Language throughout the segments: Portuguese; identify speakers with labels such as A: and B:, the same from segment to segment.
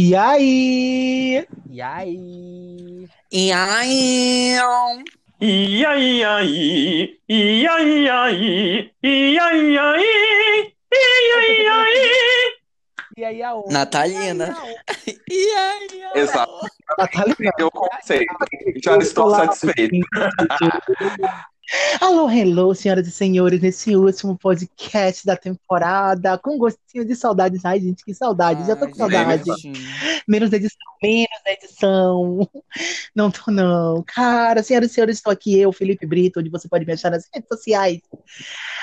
A: E aí?
B: E aí?
C: E aí?
D: E aí, aí, e aí, aí, e aí, aí, e aí, aí.
B: E aí, aô?
C: Natalina. E aí? aô?
D: Exato,
A: Natalina,
D: eu conceito. Já estou
A: Olá.
D: satisfeito.
A: Alô, hello, senhoras e senhores, nesse último podcast da temporada, com gostinho de saudades. Ai, gente, que saudade, já tô com
C: Ai,
A: saudade.
C: gente.
A: Menos edição, menos edição. Não tô, não. Cara, senhoras e senhores, estou aqui eu, Felipe Brito, onde você pode me achar nas redes sociais.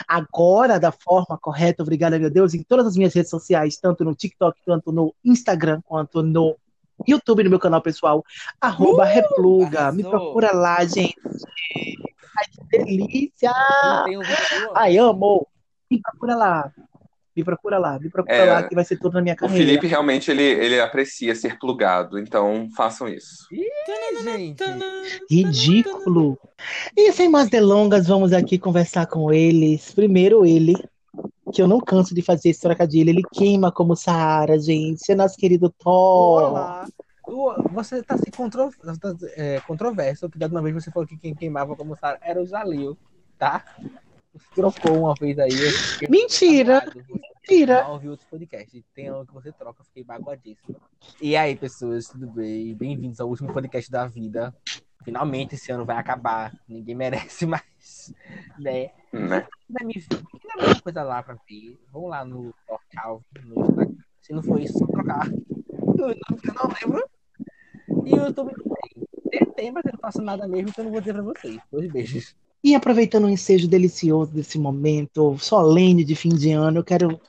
A: Agora, da forma correta, obrigada, meu Deus, em todas as minhas redes sociais, tanto no TikTok, quanto no Instagram, quanto no YouTube, no meu canal pessoal, arroba Repluga. Me
C: arrasou.
A: procura lá, gente. Ai, que delícia!
B: Não tem ouvido?
A: Ai, amo! Me procura lá. Me procura lá, me procura
D: É,
A: lá, que vai ser tudo na minha
D: O
A: carreira.
D: Felipe realmente ele, ele aprecia ser plugado, então façam isso.
B: Ih, gente.
A: Ridículo. E sem mais delongas, vamos aqui conversar com eles. Primeiro ele, que eu não canso de fazer esse trocadilho, ele queima como Saara, gente. É nosso querido Thor.
B: Olá. Ô, Você tá se contro... tá, é, controverso, porque da última vez você falou que quem queimava como Sara era o Jalil, tá? Você trocou uma vez aí. eu fiquei
A: Mentira.
B: magoado. Você
A: Tira.
B: Mal ouvi outros podcasts. Tem um que você troca, eu fiquei magoadíssimo. E aí, pessoas, tudo bem? Bem-vindos ao último podcast da vida. Finalmente esse ano vai acabar. Ninguém merece mais, né?
D: Né?
B: ainda me ainda me uma é coisa lá pra ver. Vão lá no local, no Instagram. Se não for isso, só trocar. Eu não, eu não lembro. E o YouTube também. Tentei, mas eu não faço nada mesmo, então eu não vou dizer pra vocês. Dois beijos.
A: E aproveitando o ensejo delicioso desse momento solene de fim de ano, eu quero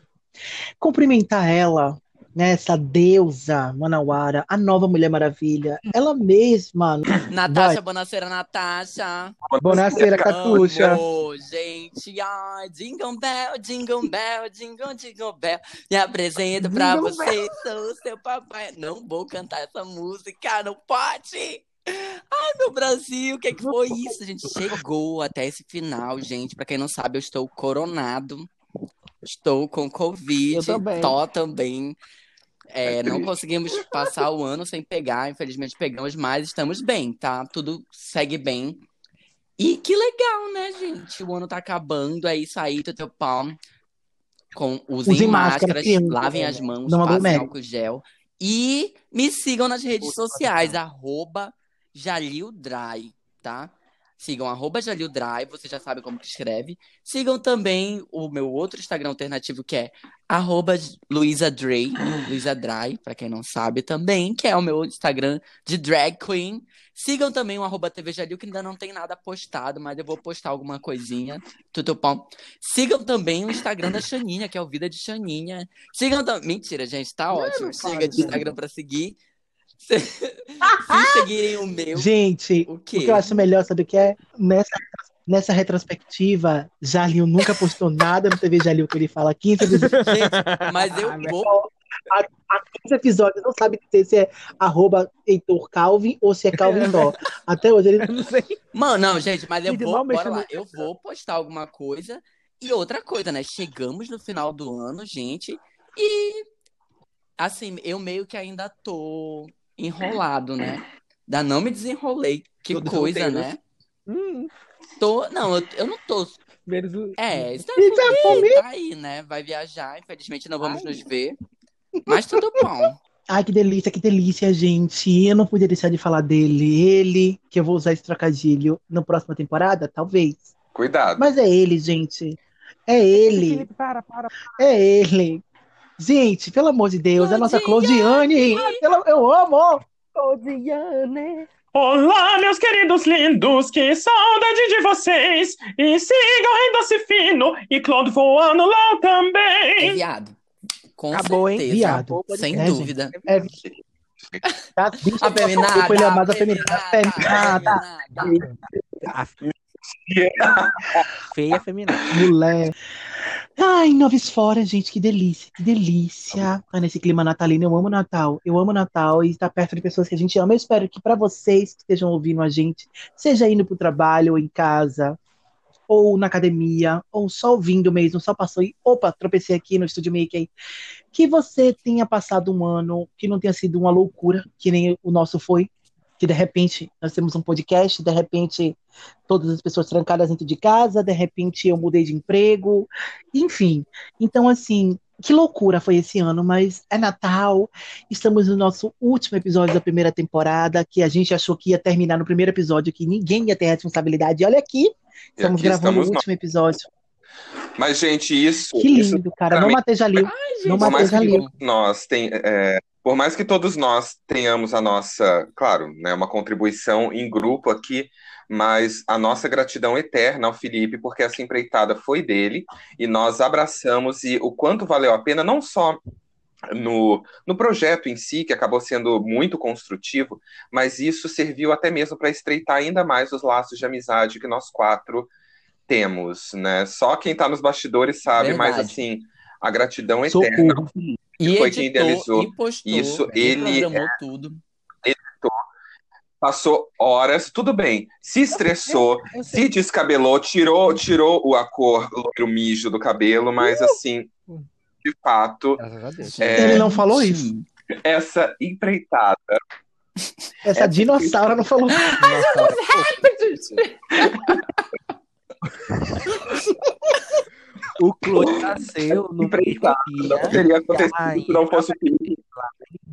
A: cumprimentar ela, né, essa deusa Manauara, a nova Mulher Maravilha, ela mesma.
C: Natasha, Bonacera, Natasha.
A: Bonacera, Catuxa.
C: Amo, gente. Ai, jingle bell, jingle bell, jingle, jingle bell. Me apresento pra
A: Jingle
C: você, sou o seu papai. Não vou cantar essa música, não pode. Ai, meu Brasil, o que, que foi isso? A gente chegou até esse final, gente. Pra quem não sabe, eu estou coronado. Estou com Covid.
B: Eu também.
C: Tó também. É,
D: É
C: não
D: triste.
C: conseguimos passar o ano sem pegar. Infelizmente pegamos, mas estamos bem, tá? Tudo segue bem. E que legal, né, gente? O ano tá acabando, é isso aí, teu palmo. Com, usem,
A: Usem máscara,
C: máscaras,
A: criança,
C: lavem as mãos,
A: não
C: passem
A: aglomere.
C: álcool gel. E me sigam nas redes
B: Outra
C: sociais, arroba JalilDry, tá? Sigam arroba JalilDry, você já sabe como que escreve. Sigam também o meu outro Instagram alternativo, que é arroba LuisaDray, Luisa Dry, pra quem não sabe também, que é o meu Instagram de drag queen. Sigam também o arroba TV Jalil, que ainda não tem nada postado, mas eu vou postar alguma coisinha. Tutupom. Sigam também o Instagram da Xaninha, que é o Vida de Xaninha. Sigam também. Mentira, gente, tá ótimo. Chega de Instagram pra seguir. Se, se seguirem o meu,
A: Gente,
C: o
A: O
C: quê?
A: que eu acho melhor, sabe o que é? Nessa, nessa retrospectiva, Jalil nunca postou nada no TV Jalil que ele fala 15 episódios.
C: Gente, mas eu
B: Ah,
C: vou.
A: Há 15 episódios, não sabe dizer se é arroba Heitor Calvin ou se é Calvin Dó. Até hoje ele
B: Eu não sei.
C: Mano, não, gente, mas eu
B: Gente,
C: vou,
B: vamos
C: bora
B: mexer
C: lá, eu vou postar alguma coisa. E outra coisa, né? Chegamos no final do ano, gente, e assim, eu meio que ainda tô enrolado, né? Ainda não me desenrolei. Que
B: Todos
C: coisa,
B: solteiros.
C: né?
B: Hum,
C: Tô, não, eu, eu não tô.
B: menos o-
C: É, isso
A: Ele tá comigo.
C: tá aí, né? Vai viajar, infelizmente não vamos nos ver. Mas tudo bom.
A: Ai, que delícia, que delícia, gente. Eu não podia deixar de falar dele. Ele, que eu vou usar esse trocadilho na próxima temporada, talvez.
D: Cuidado.
A: Mas é ele, gente. É ele,
B: Felipe, para, para.
A: é ele. Gente, pelo amor de Deus, é a nossa Claudiane.
C: Claudiane.
A: Ai, pelo- Eu amo.
B: Odiane.
D: Olá, meus queridos lindos, que saudade de vocês! E sigam Rendoce Fino e Claude voando lá
C: É
D: também!
C: viado. Com
B: Acabou, hein?
C: certeza.
A: Viado.
C: Sem
A: É, gente.
C: dúvida.
A: É, Tá bicha
C: Afeminada.
A: Tipo, ele é mais afeminada.
C: afeminada,
A: Afeminada.
C: afeminada.
B: A fe- Feia feminina.
A: Mulher. Ai, Noves Fora, gente, que delícia, que delícia. Ai, nesse clima natalino, eu amo Natal, eu amo Natal e estar perto de pessoas que a gente ama. Eu espero que para vocês que estejam ouvindo a gente, seja indo pro trabalho ou em casa, ou na academia, ou só ouvindo mesmo, só passou e opa, tropecei aqui no Estúdio Mickey. Que você tenha passado um ano que não tenha sido uma loucura, que nem o nosso foi, que de repente nós temos um podcast, de repente todas as pessoas trancadas dentro de casa, de repente eu mudei de emprego, enfim. Então, assim, que loucura foi esse ano, mas é Natal, estamos no nosso último episódio da primeira temporada, que a gente achou que ia terminar no primeiro episódio, que ninguém ia ter responsabilidade. E olha aqui, estamos
D: aqui
A: gravando
D: estamos
A: o
D: nós.
A: último episódio.
D: Mas, gente, isso.
A: Que
D: isso
A: lindo, cara. Não
D: mim-
A: matei Jalil. Não
D: por mais
A: matei
D: que
A: Jalil.
D: todos nós tem, é, por mais que todos nós tenhamos a nossa, claro, né, uma contribuição em grupo aqui, mas a nossa gratidão eterna ao Felipe, porque essa empreitada foi dele e nós abraçamos e o quanto valeu a pena, não só no, no projeto em si, que acabou sendo muito construtivo, mas isso serviu até mesmo para estreitar ainda mais os laços de amizade que nós quatro temos, né? Só quem está nos bastidores sabe, mas
C: Verdade.
D: assim, a gratidão eterna
A: Socorro.
C: E
D: foi quem
C: editou,
D: idealizou.
C: e postou,
D: Isso,
C: e
D: ele
C: programou tudo.
D: passou horas, tudo bem, se estressou,
B: Eu sei
D: se descabelou, tirou, tirou o- a cor loiro mijo do cabelo, mas assim, de fato,
B: Graças a Deus.
D: É,
A: Ele não falou isso?
C: Gente,
D: essa empreitada.
A: Essa
D: É.
A: dinossauro não falou.
B: o Clone nasceu no mesmo
D: Empreitada. Não
B: dia.
D: teria acontecido
B: Ai,
D: se não fosse o Felipe.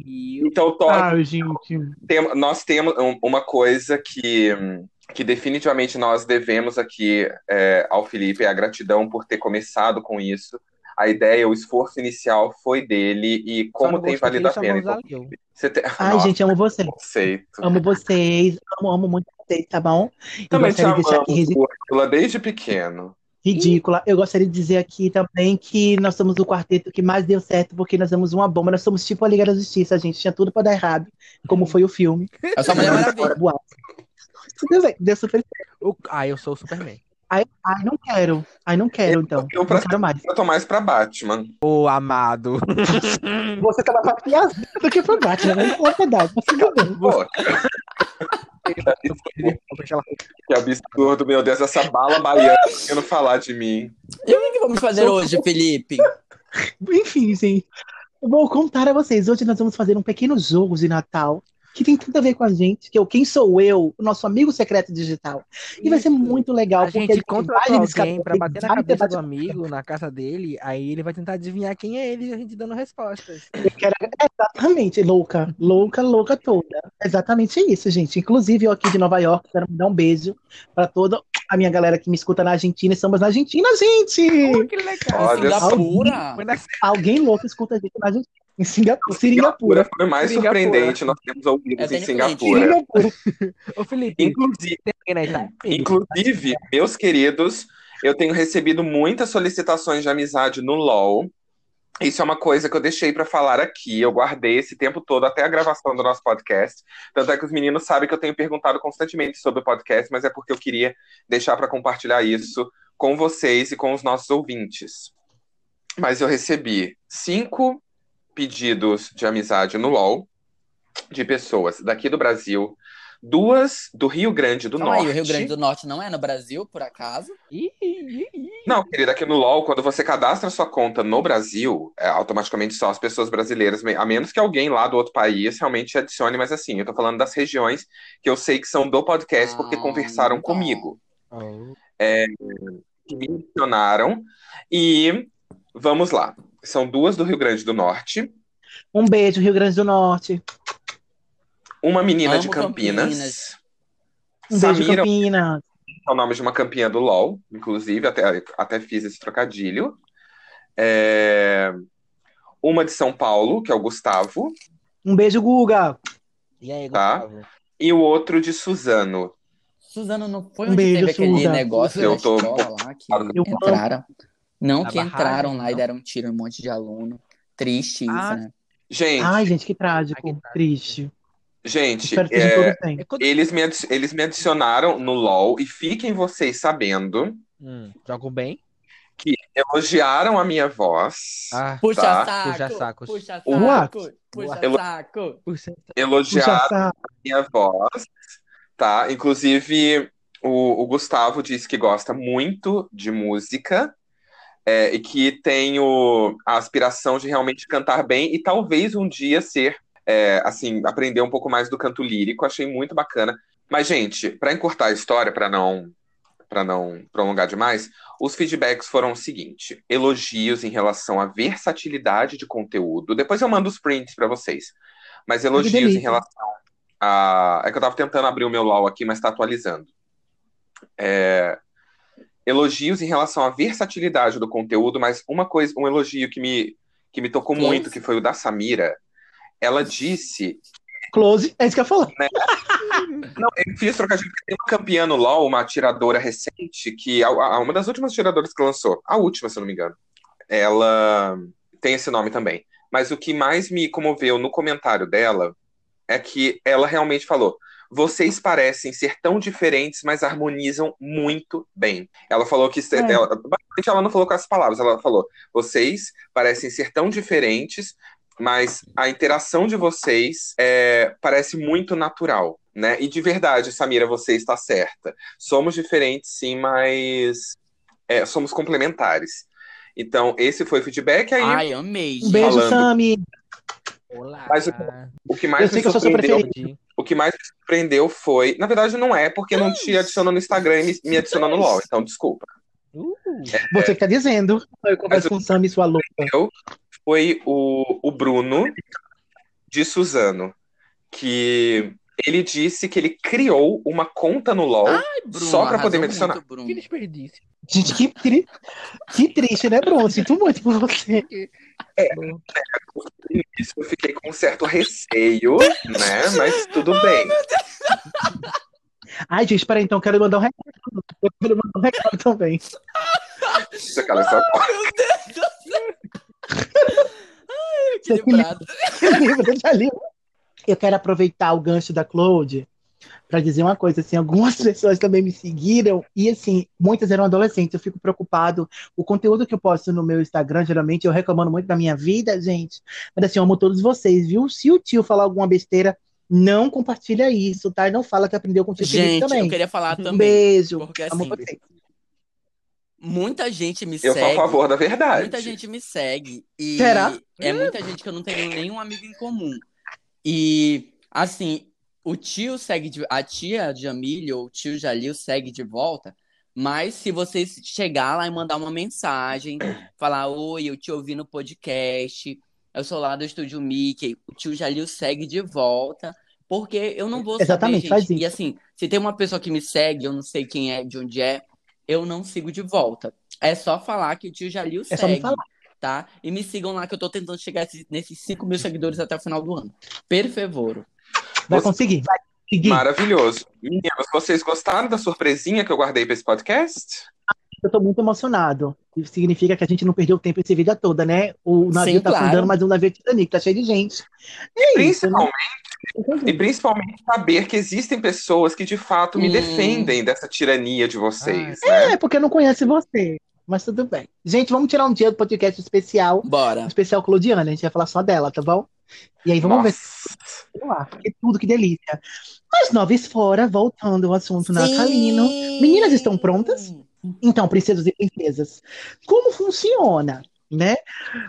B: E
D: Então, Thor,
A: Ai, gente.
D: tem- nós temos um- uma coisa que, hum, que definitivamente nós devemos aqui é, ao Felipe, é a gratidão por ter começado com isso. A ideia, o esforço inicial foi dele e como tem valido a pena. Então, você tem...
A: Ai,
D: Nossa,
A: gente, amo vocês.
D: conceito.
A: Amo vocês. Amo, amo muito vocês, tá bom? Eu
D: Também
A: gostaria
D: te
A: de
D: amamos,
A: deixar aqui registrado.
D: Úrsula, desde pequeno.
A: Ridícula. Eu gostaria de dizer aqui também que nós somos o quarteto que mais deu certo, porque nós somos uma bomba. Nós somos tipo a Liga da Justiça, gente. Tinha tudo pra dar errado, como foi o filme.
C: Eu
D: é
C: sou a Mulher Maravilha.
A: Boato. Isso Deu, certo, deu super certo.
B: Ah, eu sou o Superman.
A: Ai, ai, não quero. Ai, não quero, então.
D: eu
A: Não
D: pra-
A: quero mais.
D: Eu tô mais pra Batman.
B: Ô, amado.
A: Você tava pra piazada do que pra Batman. né? É verdade. Mas tudo bem.
D: Pô,
B: Vamos
D: que absurdo, meu Deus, essa bala baiana querendo falar de mim.
C: E o que que vamos fazer hoje, Felipe?
A: Enfim, gente. Eu vou contar a vocês. Hoje nós vamos fazer um pequeno jogo de Natal que tem tudo a ver com a gente, que é o Quem Sou Eu, o nosso amigo secreto digital. E vai ser muito legal,
B: A
A: porque
B: gente
A: ele tem
B: contratou
A: vários
B: alguém pra
A: escapamentos,
B: bater na
A: vai ter
B: cabeça do
A: bate-
B: amigo na casa dele, aí ele vai tentar adivinhar quem é ele e a gente dando respostas.
A: Eu quero- é, Exatamente, louca, louca, louca toda. Exatamente isso, gente. Inclusive, eu aqui de Nova York quero mandar um beijo para toda a minha galera que me escuta na Argentina. Estamos na Argentina, gente!
B: Que legal.
D: Olha só.
C: Singapura?
B: Foi na
A: Alguém louco escuta a gente na Argentina. Em Singapura, Singapura.
D: Foi mais
B: Singapura.
D: surpreendente, nós temos ouvidos
C: É
D: em
C: bem
D: Singapura.
A: Singapura.
B: Ô, Felipe, né,
D: Inclusive, né?
B: tem alguém na Itália?
D: inclusive, meus queridos, eu tenho recebido muitas solicitações de amizade no LOL. Isso é uma coisa que eu deixei pra falar aqui. Eu guardei esse tempo todo até a gravação do nosso podcast. Tanto é que os meninos sabem que eu tenho perguntado constantemente sobre o podcast, mas é porque eu queria deixar pra compartilhar isso com vocês e com os nossos ouvintes. Mas eu recebi cinco pedidos de amizade no LOL de pessoas daqui do Brasil, duas do Rio Grande do
C: Calma
D: Norte.
C: aí, o Rio Grande do Norte não é no Brasil, por acaso?
B: Ih, ih, ih.
D: Não, querida, aqui no LOL, quando você cadastra sua conta no Brasil, é, automaticamente só as pessoas brasileiras, me- a menos que alguém lá do outro país realmente adicione, mas assim, eu tô falando das regiões que eu sei que são do podcast porque
C: Ah,
D: conversaram
C: tá.
D: comigo, que me adicionaram. E vamos lá. São duas do Rio Grande do Norte,
A: Um beijo, Rio Grande do Norte.
D: uma menina
C: Amo
D: de Campinas.
C: Campinas.
A: Um beijo,
D: Samira
A: Campinas.
D: é o nome de uma campinha do LOL, inclusive, até, até fiz esse trocadilho. É, Uma de São Paulo, que é o Gustavo.
A: Um beijo, Guga.
B: E aí,
D: Tá.
B: Gustavo?
D: e o outro de Suzano.
C: Suzano, não foi
A: Um
C: onde
A: beijo,
C: teve aquele
A: Suza.
C: negócio
D: Eu
C: da
D: tô-
C: escola lá que
A: Eu-
B: Então,
C: entraram? Não,
B: Na
C: que
B: barragem,
C: entraram lá e
B: não?
C: deram um tiro em um monte de aluno. Triste isso,
B: Ah,
C: né?
D: Gente,
A: Ai, gente, que
B: Ai, que
A: trágico.
B: trágico.
A: Triste.
D: gente,
A: Espero que
D: é,
A: seja todos bem.
B: É quando...
D: eles, me adi- eles me adicionaram no LOL e fiquem vocês sabendo
B: Hum, jogo bem?
D: que elogiaram a minha voz,
B: Ah,
C: Puxa
D: Tá.
C: saco!
B: Puxa sacos.
C: Puxa saco!
A: What?
C: Puxa
D: What?
C: saco!
B: por cento.
D: elogiaram
A: Puxa saco.
D: a minha voz, tá? Inclusive, O, o Gustavo disse que gosta muito de música é, e que tem o- a aspiração de realmente cantar bem e talvez um dia ser, é, assim, aprender um pouco mais do canto lírico. Achei muito bacana. Mas, gente, para encurtar a história, para não, para não prolongar demais, os feedbacks foram o seguinte: elogios em relação à versatilidade de conteúdo. Depois eu mando os prints para vocês. Mas elogios em
A: delícia.
D: relação a. É que eu tava tentando abrir o meu LOL aqui, mas tá atualizando. É, Elogios em relação à versatilidade do conteúdo, mas uma coisa, um elogio que me, que me tocou
C: Close.
D: muito, que foi o da Samira. Ela disse
A: Close, é isso que eu ia falar.
D: Não, eu fiz trocadilho porque tem uma campeã no LoL, uma atiradora recente, que a, a- uma das últimas atiradoras que lançou, a última, se eu não me engano, ela tem esse nome também. Mas o que mais me comoveu no comentário dela é que ela realmente falou: vocês parecem ser tão diferentes, mas harmonizam muito bem. Ela falou que. se-
A: É.
D: Ela, basicamente, ela não falou com essas palavras, ela falou: vocês parecem ser tão diferentes, mas a interação de vocês é, parece muito natural, né? E de verdade, Samira, você está certa. Somos diferentes, sim, mas é, somos complementares. Então, esse foi o feedback. Aí,
C: Ai, amei.
A: Um beijo,
D: Falando.
A: Sami.
B: Olá.
D: Mas o- o que mais
A: eu sei
D: me
A: que eu sou sua
D: surpreendeu,
A: preferida.
B: Entendi.
D: o que mais me surpreendeu foi, na verdade, não é, porque não te adicionou no Instagram e me, me adicionou no LOL. Então, desculpa.
B: Uh,
D: É.
A: Você que tá dizendo. Eu converso
D: Mas o-
A: com o Sami, sua louca.
D: Foi o, o Bruno de Suzano, que ele disse que ele criou uma conta no LOL.
A: Ah!
C: Ai, Bruno,
D: Só pra poder
C: arrasou
D: me adicionar.
C: muito, Bruno.
B: que desperdício.
A: Gente, que, tri... que triste, né, Bruno? Sinto muito por você.
D: Isso eu fiquei com um certo receio, né? Mas tudo bem.
A: Ai, gente, peraí, então quero mandar um recado. Eu quero mandar um recado também.
D: Isso, é cara, só-
C: Que lembrado.
A: Livro de alívio. Eu quero aproveitar o gancho da Cloud para dizer uma coisa, assim, algumas pessoas também me seguiram e, assim, muitas eram adolescentes, eu fico preocupado. O conteúdo que eu posto no meu Instagram, geralmente, eu reclamando muito da minha vida, gente, mas, assim, eu amo todos vocês, viu? Se o tio falar alguma besteira, não compartilha isso, tá? E não fala que aprendeu com o tio Felipe
C: Gente,
A: também.
C: eu queria falar
A: Um
C: também.
A: beijo.
C: Porque
A: Amo
C: assim,
A: vocês.
C: muita gente me
D: eu sou a
C: segue.
D: favor da verdade.
C: Muita gente me segue. E
A: Será? Hum.
C: é muita gente que eu não tenho nenhum amigo em comum. E, assim, o tio segue de. A tia Jamília ou o tio Jalil segue de volta. Mas se você chegar lá e mandar uma mensagem, falar: Oi, eu te ouvi no podcast, eu sou lá do estúdio Mickey, o tio Jalil segue de volta. Porque eu não vou saber,
A: Exatamente,
C: gente.
A: faz isso.
C: E assim, se tem uma pessoa que me segue, eu não sei quem é, de onde é, eu não sigo de volta. É só falar que o tio Jalil
A: É
C: segue,
A: só me falar.
C: tá? E me sigam lá que eu tô tentando chegar esse- nesses 5 mil seguidores até o final do ano. Per favor.
A: Vai
D: Você-
A: conseguir, vai conseguir.
D: Maravilhoso. Meninas, vocês gostaram da surpresinha que eu guardei pra esse podcast?
A: Eu tô muito emocionado. Isso significa que a gente não perdeu tempo essa vida toda, né? O navio
C: Sim,
A: tá
C: claro.
A: afundando, mas o navio é Titanic, tá cheio de gente. É isso, né?
D: Principalmente, e principalmente saber que existem pessoas que de fato me
C: Hum.
D: defendem dessa tirania de vocês, né?
A: É, porque não conhece você. Mas tudo bem. Gente, vamos tirar um dia do podcast especial. um
C: Bora.
A: Especial Claudiana, a gente vai falar só dela, tá bom? E aí vamos ver se
D: Nossa.
A: vai lá. Porque tudo, que delícia. Mas noves fora, voltando ao assunto né, natalino. Meninas estão prontas? Então, princesas e princesas, como funciona, né?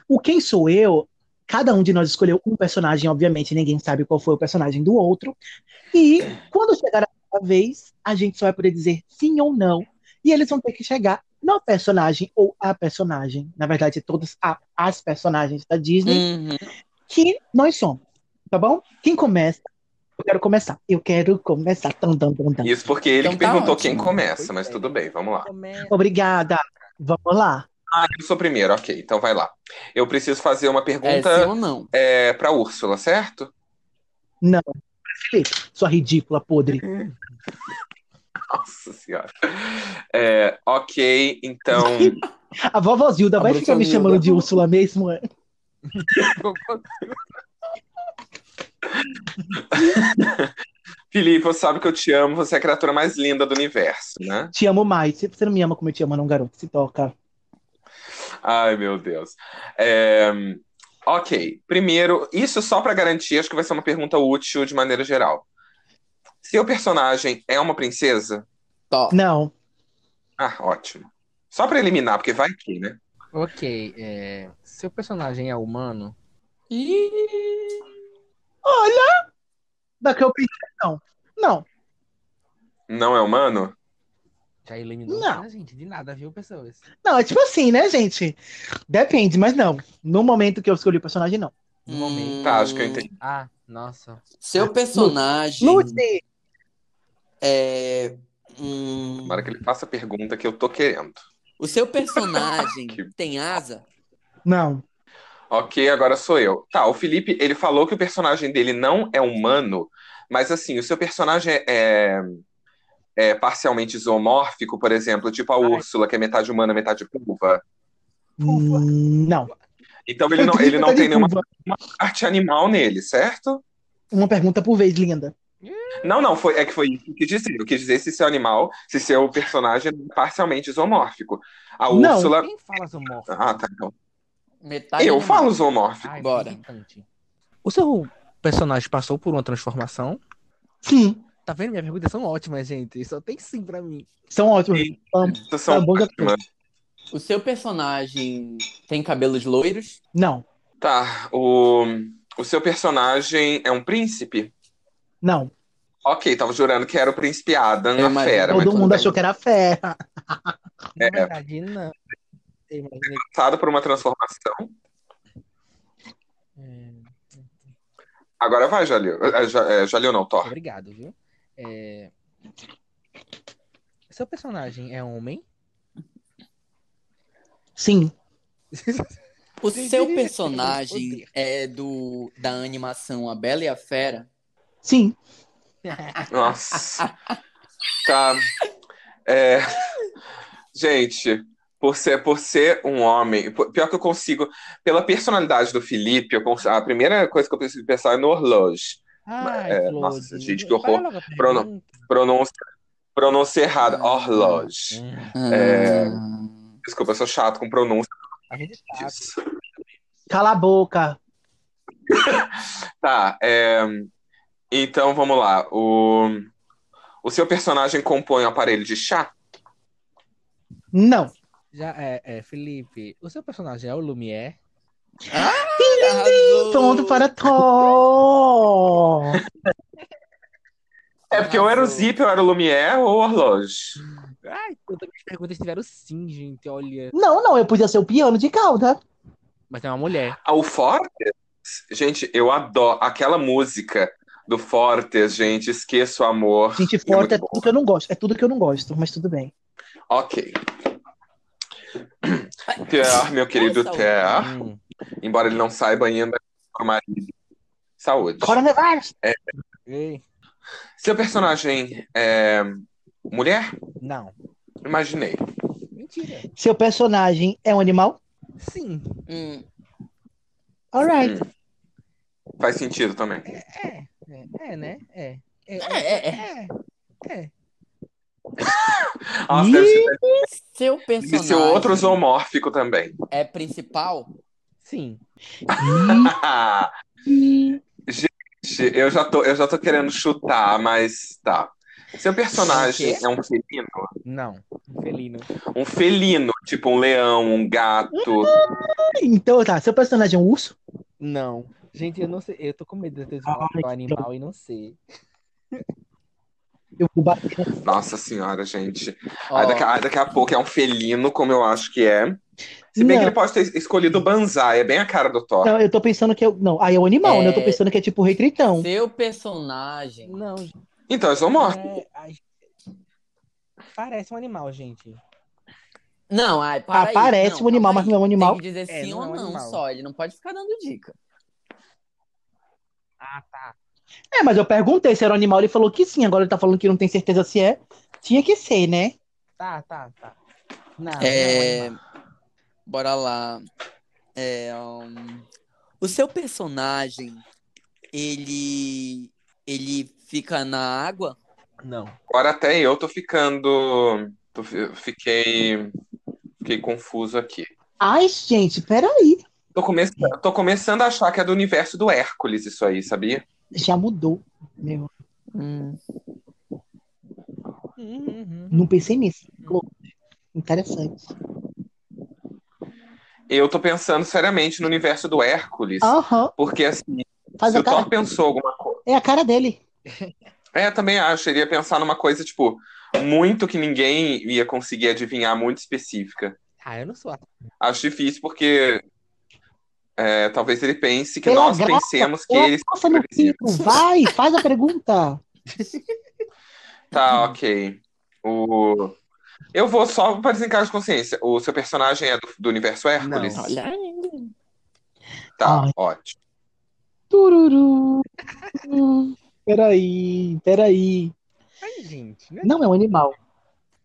A: O Quem Sou Eu, cada um de nós escolheu um personagem, obviamente, ninguém sabe qual foi o personagem do outro. E quando chegar a sua vez, a gente só vai poder dizer sim ou não. E eles vão ter que chegar no personagem ou a personagem. Na verdade, todas a- as personagens da Disney
C: Uhum.
A: que nós somos, tá bom? Quem começa? Eu quero começar. Eu quero começar. Tum, tum, tum, tum.
D: Isso porque ele
C: Então
D: que
C: tá
D: perguntou
C: ótimo.
D: quem começa, mas
B: Pois é.
D: tudo bem, vamos lá.
B: Começa.
A: Obrigada. Vamos lá.
D: Ah, eu sou primeiro, ok, então vai lá. Eu preciso fazer uma
C: É sim
D: pergunta
C: ou não?
D: é, pra Úrsula, certo?
A: Não. Felipe, sua ridícula, podre.
D: Nossa senhora. É, ok, então.
A: A vovózilda
C: A
A: vai ficar me
C: Brunilda.
A: chamando de Úrsula mesmo? é?
D: Felipe, você sabe que eu te amo, você é a criatura mais linda do universo, né?
A: Te amo mais. Se Você não me ama como eu te amo, não, garoto. Se toca.
D: Ai, meu Deus. É, Ok, primeiro, isso só pra garantir, acho que vai ser uma pergunta útil de maneira geral. Seu personagem é uma princesa?
C: Top.
A: Não.
D: Ah, ótimo. Só pra eliminar, porque vai que, né?
B: Ok, é, seu personagem é humano?
C: Ih,
A: Olha! Da que eu pensei, não. Não.
D: Não é humano?
B: Já eliminou
A: Não.
B: a gente de nada, viu, pessoas?
A: Não, é tipo assim, né, gente? Depende, mas não. No momento que eu escolhi o personagem, não.
B: No momento.
D: Tá, acho que eu entendi.
B: Ah, nossa.
C: Hum. Seu personagem
A: Lute!
C: é. hum,
D: Agora que ele faça a pergunta que eu tô querendo.
C: o seu personagem
D: Que-
C: tem asa?
A: Não.
D: Ok, agora sou eu. Tá, o Felipe, ele falou que o personagem dele não é humano, mas assim, o seu personagem é, é parcialmente zoomórfico, por exemplo, tipo a Úrsula, que é metade humana, metade curva.
B: Ufa.
A: Não.
D: Então ele não,
A: Eu
D: ele não
A: tenho
D: tem nenhuma
A: curva.
D: parte animal nele, certo?
A: Uma pergunta por vez, linda.
D: Não, não, foi, é que foi isso que eu quis dizer. Eu quis dizer se seu animal, se seu personagem é parcialmente zoomórfico. A
A: Não. Tá
D: Úrsula.
B: Quem fala zoomorfo?
D: Ah, tá. Então.
C: Metade
D: Eu
C: animal.
D: falo zoomórfico.
B: Ai,
C: Bora.
B: irritante. O seu personagem passou por uma transformação?
A: Sim.
B: Tá vendo? Minhas perguntas são ótimas, gente. Só tem sim pra mim.
A: São ótimos.
D: Sim.
A: Amo.
D: Isso Então,
A: tá
D: São
A: bom, já
D: ótimas.
C: O seu personagem tem cabelos loiros?
A: Não.
D: Tá, o, o seu personagem é um príncipe?
A: Não.
D: Ok, tava jurando que era o príncipe
A: É,
D: Adam,
C: Eu
D: a fera.
C: imagino.
D: mas
A: Todo
D: tudo
A: mundo
D: bem.
A: achou que era fera.
B: Na
D: É.
B: verdade, não. um Eu imaginei
D: Passado por uma transformação.
A: É,
B: que-
D: Agora vai, Jalil. É, Ja- é, Jalil não,
B: é,
D: Thor.
B: Obrigado, viu? É... Seu personagem é homem?
A: Sim.
C: O seu personagem é do da animação A Bela e a Fera?
A: Sim.
D: Nossa. Tá. É, Gente, por ser, por ser um homem, por- pior que eu consigo, pela personalidade do Felipe, eu cons- a primeira coisa que eu preciso pensar é no horloge.
B: Ai,
D: É,
B: Claude,
D: nossa, gente, que
B: fala
D: horror.
B: logo a pergunta.
D: Prono- Pronúncia, pronúncia errada, horloge.
B: Hum,
D: É.
C: Ah,
D: Desculpa, eu sou chato com pronúncia
B: A gente tá, sabe.
D: disso.
A: Cala a boca.
D: Tá, é, então vamos lá. O, o seu personagem compõe um aparelho de chá?
A: Não.
B: Já, é, é, Felipe, o seu personagem é o Lumière?
C: arrasou!
A: Ponto para Thor.
D: É porque eu era o Zip, eu era o Lumière ou o Horloge.
B: Ai, quantas minhas perguntas tiveram sim, gente, olha.
A: Não, não. Eu podia ser o piano de cauda.
B: Mas é uma mulher.
D: Ah, O Fortes, gente, eu adoro aquela música do Fortes, gente, esqueça o amor.
A: Gente
D: É
A: forte
D: muito
A: é
D: bom.
A: tudo que eu não gosto. É tudo que eu não gosto, mas tudo bem.
D: Ok. Ter, meu querido
C: Saúde.
D: Ter,
B: Hum.
D: embora ele não saiba ainda com o marido. Saúde.
A: Coronavírus.
B: Ei,
D: Seu personagem é mulher?
B: Não.
D: Imaginei.
B: Mentira.
A: Seu personagem é um animal?
B: Sim.
C: Hum,
A: Alright.
D: Hum. Faz sentido também.
B: É, é, é, né? É. É,
C: é, é, é.
B: é. é.
D: Nossa, deve ser
C: Seu
D: E
C: personagem
D: seu outro zoomórfico também.
C: é principal?
B: Sim.
A: Hum,
D: Gente, eu já, tô, eu já tô querendo chutar, mas tá. Seu personagem
C: O quê?
D: é um felino?
B: Não. Felino.
D: Um felino, tipo um leão, um gato.
A: Então tá. Seu personagem é um urso?
B: Não. Gente, eu não sei. Eu tô com medo de ter zoado
A: Ai,
B: o animal e não sei.
A: Eu vou bater.
D: Nossa senhora, gente.
C: Ó,
D: Aí daqui, a- daqui a pouco é um felino, como eu acho que é. Se bem
A: Não.
D: que ele pode ter escolhido o Banzai, é bem a cara do Thor.
A: Não, eu tô pensando que é. Não, aí é um animal, né? Eu tô
C: É.
A: pensando que é tipo o rei Tritão.
C: Seu personagem
B: Não, gente.
D: Então, é zoomórfico.
B: é- ai, Parece um animal, gente.
C: Não, ai, para
A: Ah, parece um animal, mas não é um animal.
C: Tem que dizer
B: É,
C: sim
B: não é
C: ou
B: um
C: não
B: animal.
C: só, ele não pode ficar dando dica.
B: Ah, tá.
A: É, mas eu perguntei se era um animal, ele falou que sim. Agora ele tá falando que não tem certeza se é. Tinha que ser, né?
B: Tá, tá, tá. Não,
C: É,
B: não um animal.
C: Bora lá. É, hum, O seu personagem, ele ele fica na água?
B: Não.
D: Agora até eu tô ficando. tô fi- fiquei. Fiquei confuso aqui.
A: Ai, gente, peraí.
D: Tô começando, tô começando a achar que é do universo do Hércules, isso aí, sabia?
A: Hum. Já mudou. Meu.
B: Uhum, uhum.
A: Não pensei nisso. Interessante.
D: Eu tô pensando seriamente no universo do Hércules.
A: Aham,
D: Porque assim,
A: Oh, faz
D: se
A: a
D: o
A: cara.
D: Thor pensou alguma coisa.
A: É a cara dele.
D: É, também acho. Ele ia pensar numa coisa, tipo, muito que ninguém ia conseguir adivinhar, muito específica.
B: Ah, eu não sou ator.
D: Acho difícil porque. é, talvez ele pense que
A: Pela
D: nós
A: graça,
D: pensemos que
A: Pô,
D: ele.
A: Nossa, meu
D: previsível.
A: filho, vai, faz a pergunta.
D: Tá, ok. O... Eu vou só para desencargo de consciência. O seu personagem é do, do universo Hércules?
B: Não.
C: Olha aí.
D: Tá,
A: Ai.
D: ótimo.
A: Tururu. Peraí, peraí.
B: Ai, gente. né?
A: Não é um animal.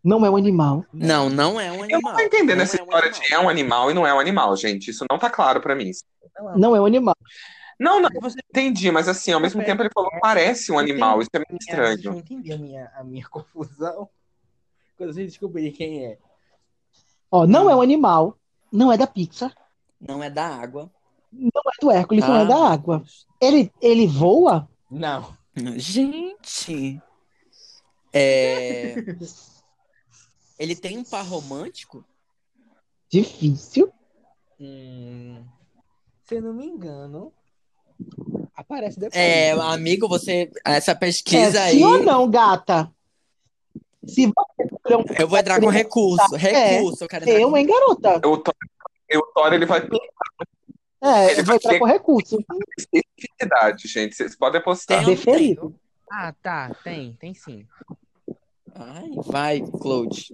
A: Não é um animal.
C: Não, não é um animal.
D: Eu não tô entendendo
C: Não
D: essa
C: é um
D: história
C: animal.
D: de é um animal e não é um animal, gente. Isso não tá claro pra mim.
B: Não,
A: Não é um animal.
D: Não, não,
B: Você
D: entendi, mas assim, ao mesmo tempo ele falou que parece um animal. Isso é meio
B: Deixa
D: estranho.
B: eu entender a minha, a minha confusão. Quando você descobrir quem é.
A: Ó, não é um animal. Não é da Pixar.
C: Não é da água.
A: Não é do Hércules, não
C: Ah.
A: é da água. Ele, ele voa?
B: Não.
C: Gente. É... Ele tem um par romântico?
A: Difícil.
B: Hum, se eu não me engano, aparece depois.
C: É, amigo, você. Essa pesquisa
A: é,
C: aí.
A: Sim ou não, gata? Se você é um
C: Eu vou entrar com recurso.
A: É,
C: Recurso, eu quero entrar
A: eu,
C: com-
A: hein, garota?
D: O Thor, o Thor ele vai ter
A: É,
D: Ele
A: eu vou entrar
D: vai
A: com recurso.
D: idade, gente. Vocês podem apostar.
C: Tem um ou não tem?
A: Deferido.
B: Ah, tá. Tem, tem sim.
C: Ai, vai, Claude.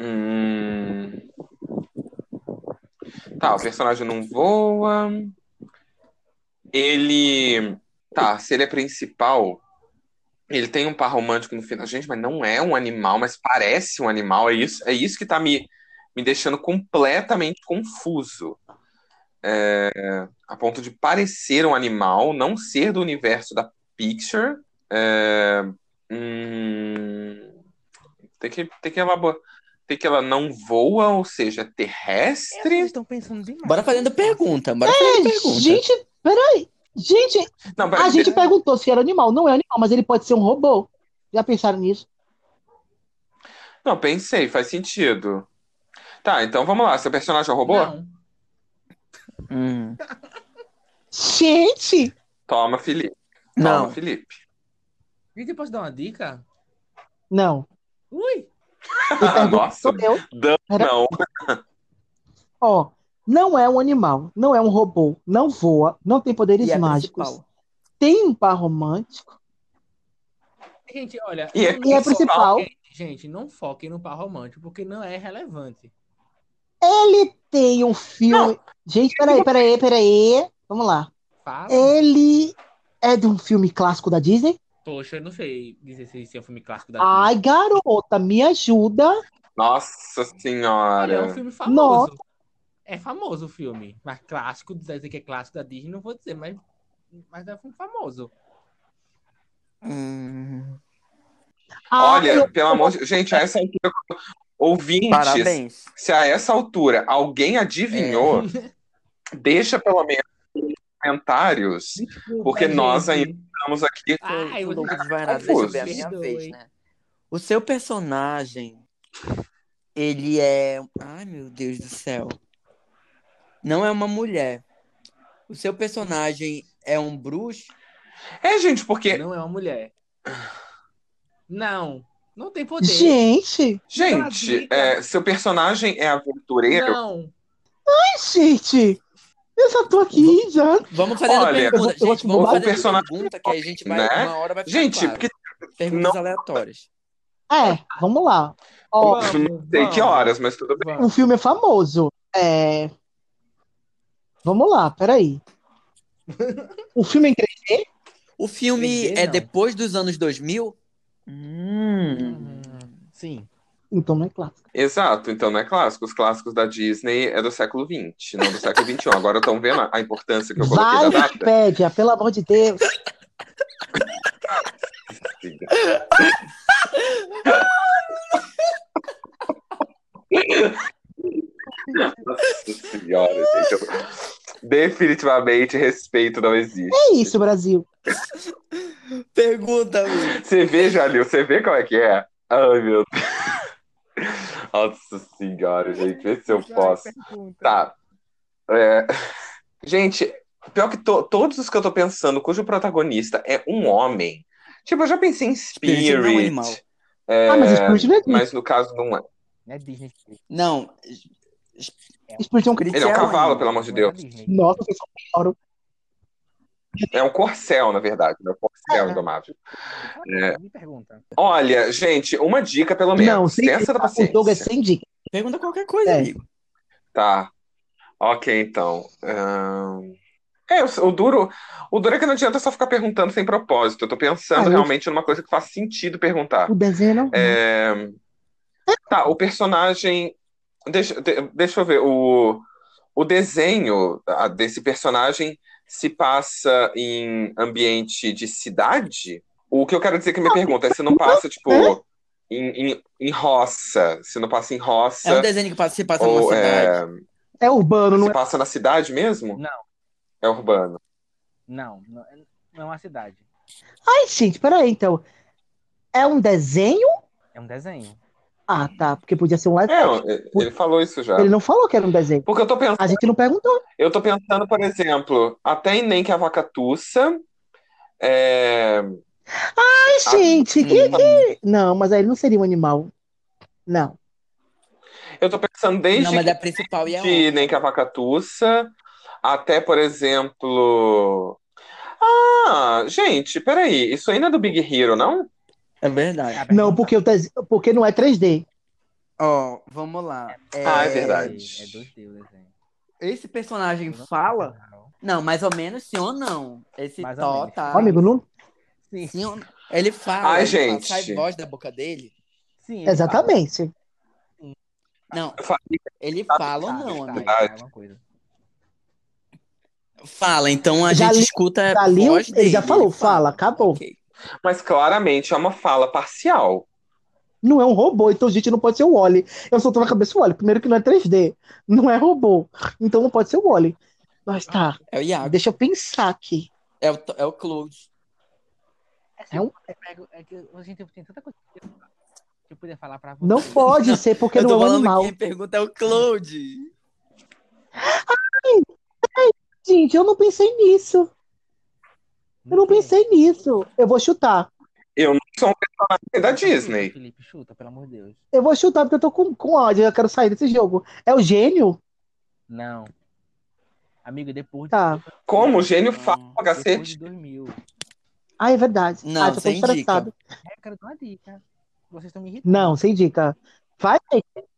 D: Hum... Tá, o personagem não voa. Ele. Tá, se ele é principal, ele tem um par romântico no final. Gente, mas não é um animal, mas parece um animal. É isso, é isso que tá me, me deixando completamente confuso. É, a ponto de parecer um animal, não ser do universo da Picture. É, hum, tem que, tem que elaborar. Tem que ela não voa, ou seja, é
B: Vocês
D: terrestre.
B: estão pensando demais.
C: Bora fazendo pergunta. Bora fazendo pergunta.
A: É, Gente, peraí. Gente,
D: Não, peraí,
A: a gente perguntou se era animal. Não é animal, mas ele pode ser um robô. Já pensaram nisso?
D: Não, pensei, faz sentido. Tá, então vamos lá. Seu personagem é um robô?
B: Não.
C: Hum.
A: Gente!
D: Toma, Felipe. Toma,
C: Não.
D: Felipe.
B: Gente, eu posso dar uma dica?
A: Não.
B: Ui!
A: Quem pergunta
D: Nossa,
A: sou eu.
D: Dan,
A: Era-
D: não.
A: Ó, não é um animal, não é um robô, não voa, não tem poderes
C: E é
A: mágicos.
C: principal.
A: Tem um par romântico.
B: Gente, olha.
D: E é-
B: eu
A: E é
B: não sou-
A: principal,
B: Gente, não foquem no par romântico, porque não é relevante.
A: ele tem um filme. Gente, peraí, peraí, peraí. Vamos lá.
B: Fala.
A: Ele é de um filme clássico da Disney?
B: Poxa, eu não sei dizer se esse é um filme clássico da Disney.
A: Ai, garota, me ajuda.
D: Nossa
B: Olha, é um
D: senhora.
B: filme famoso.
A: Nossa.
B: É famoso o filme. Mas clássico, dizer que é clássico da Disney, não vou dizer, mas, mas é um filme famoso.
C: Hum.
A: Ai,
D: Olha,
A: eu-
D: pelo amor de Gente, a essa altura. Ouvintes,
C: Parabéns.
D: se a essa altura alguém adivinhou, deixa pelo menos nos comentários. Porque nós
B: gente.
D: Estamos aqui.
B: Ai,
C: Ai, tá
B: eu vou
C: louco
B: ficar
C: desvairado. Deixa eu
D: confuso.
C: ver a minha
B: Perdoe.
C: vez, né? O seu personagem, ele é. Ai, meu Deus do céu. Não é uma mulher. O seu personagem é um bruxo?
D: É, gente, porque.
B: Não é uma mulher. Não. Não tem poder.
A: Gente,
D: Gente, é, seu personagem é aventureiro?
B: Não.
A: ai, gente, eu já tô aqui já.
C: Vamos fazer a
D: Olha,
C: pergunta,
A: eu vou-
C: gente.
A: eu vou
C: Vamos
A: te
C: fazer
D: bombar.
C: pergunta que aí a gente vai
D: Né?
C: uma hora vai ficar
D: Gente,
C: claro.
D: porque.
C: perguntas
D: não-
C: aleatórias.
A: É, vamos lá. Ó,
B: Vamos,
D: não sei que
B: vamos.
D: horas, mas tudo bem.
A: o filme é famoso. É... Vamos lá, peraí. O filme é em 3D?
C: O filme
B: 3D
C: é
B: não.
C: depois dos anos 2000? Hum.
B: Hum, Sim.
A: Então não é clássico.
D: Exato, então não é clássico. Os clássicos da Disney é do século XX, não do século XXI. Agora estão vendo a importância que eu coloquei
A: Vai,
D: da data?
A: Wikipédia, pelo amor de Deus.
D: assim. Nossa senhora, gente. eu- Definitivamente, respeito não existe.
A: É isso, Brasil.
C: Pergunta, amigo.
D: Você vê, Jalil, você vê como é que é? Ai, meu Deus. Nossa senhora, gente, vê se eu posso. Tá. É, Gente, pior que to- todos os que eu tô pensando, cujo protagonista é um homem. Tipo, eu já pensei em Spirit.
C: Spirit não é um animal.
D: é,
A: Ah, mas Spirit não é Disney.
D: mas no caso não é.
B: Não é Disney.
C: Não,
A: Spirit é um
D: Ele é um
C: Isso é
D: cavalo,
C: animal,
D: pelo amor de
B: Não é
D: Deus.
B: Disney.
A: Nossa, vocês são pior.
D: É um corcel, na verdade. né? É um corcel
A: É.
D: indomável. É.
B: Me pergunta.
D: Olha, gente, uma dica pelo menos.
A: Não, sem
C: tá
D: Tensa da
A: dica. O jogo é
D: paciência.
A: sem dica.
C: pergunta qualquer coisa,
A: É.
C: amigo.
D: Tá. Ok, então. Ahn, É, o, o duro, o duro é que não adianta só ficar perguntando sem propósito. Eu tô
A: Ah,
D: pensando
A: eu-
D: realmente numa coisa que faz sentido perguntar.
A: O desenho não.
D: É, Tá, o personagem. Deixa, de- deixa eu ver. O, o desenho ah, desse personagem se passa em ambiente de cidade? O que eu quero dizer que me pergunta é se não passa, tipo, em, em, em roça. Se não passa em
C: É um
D: roça.
C: desenho que passa- se passa numa
D: Ou
C: cidade.
D: é,
A: É urbano, não
D: se
A: é?
D: passa na cidade mesmo?
B: Não.
D: É urbano.
B: Não, não é- não é uma cidade.
A: Ai, gente, peraí, então. É um desenho?
B: É um desenho.
A: Ah, tá. Porque podia ser um live.
D: É, tá.
A: action.
D: ele falou isso já.
A: Ele não falou que era um desenho.
D: Porque eu tô pensando.
A: A gente não perguntou.
D: Eu tô pensando, por exemplo, até em Nem que a Vaca Tussa. É...
A: Ai,
D: Ah,
A: gente, que.
C: Hum.
A: Não, mas aí ele não seria um animal. Não.
D: Eu tô pensando desde
C: Não, mas
A: é
C: um a principal e a
D: de Nem que a Vaca Tussa até, por exemplo. Ah, gente, peraí, isso ainda é do Big Hero, não?
C: É verdade.
A: Não, porque, o des- porque não é 3D.
C: Ó, vamos lá.
D: Ah, é
B: É
D: verdade.
B: É 2D o desenho.
C: Esse personagem fala? Não, mais ou menos sim ou não. Esse
B: Mais ou
C: Tó
B: menos.
A: Ó,
C: tá.
A: amigo, não.
B: Sim,
C: Sim ou não? Ele fala,
D: Ai,
C: ele fala,
D: gente.
C: sai voz da boca dele.
B: sim.
C: tá.
B: ele
A: Exatamente.
C: Não,
D: Eu falei,
C: ele
D: Tá,
C: fala ou
B: fala.
C: não,
B: Tá,
C: amigo.
B: tá, alguma coisa.
C: Fala, então a
A: Já
C: gente
A: li-
C: escuta a
A: Dali,
C: voz
A: Tá um- ele
C: dele.
A: já falou, fala, acabou.
C: Ok.
D: Mas claramente é uma fala parcial.
A: Não é um robô, então gente não pode ser o Wally. Eu só tô na cabeça o Wally. Primeiro que não é 3D, não é robô. Então não pode ser o Wally. Mas tá,
C: É o Iago.
A: deixa eu pensar aqui.
C: É o, é o Claude.
A: É um-
B: Eu pego- É que a gente tem tanta coisa que eu- que eu podia falar pra você.
A: Não pode ser porque
C: Eu
A: não
C: tô
A: é um
C: falando
A: animal.
C: que quem pergunta é o Claude.
A: Gente, eu não pensei nisso. Eu não pensei nisso. Eu vou chutar.
D: Eu não sou um personagem
C: Uhum.
D: da Disney.
B: Felipe, chuta, pelo amor de Deus.
A: Eu vou chutar porque eu tô com, com ódio. Eu quero sair desse jogo. É o gênio?
B: Não. Amigo, depois de-
A: Tá.
D: Como o gênio
C: Uhum.
D: fala,
B: depois de
D: cacete?
B: 2000.
A: Ah, é verdade.
C: Não,
A: ah, tô
C: sem dica.
A: estressado.
B: É, eu quero dar uma dica. Vocês estão me irritando.
A: Não, sem dica. Vai, gente.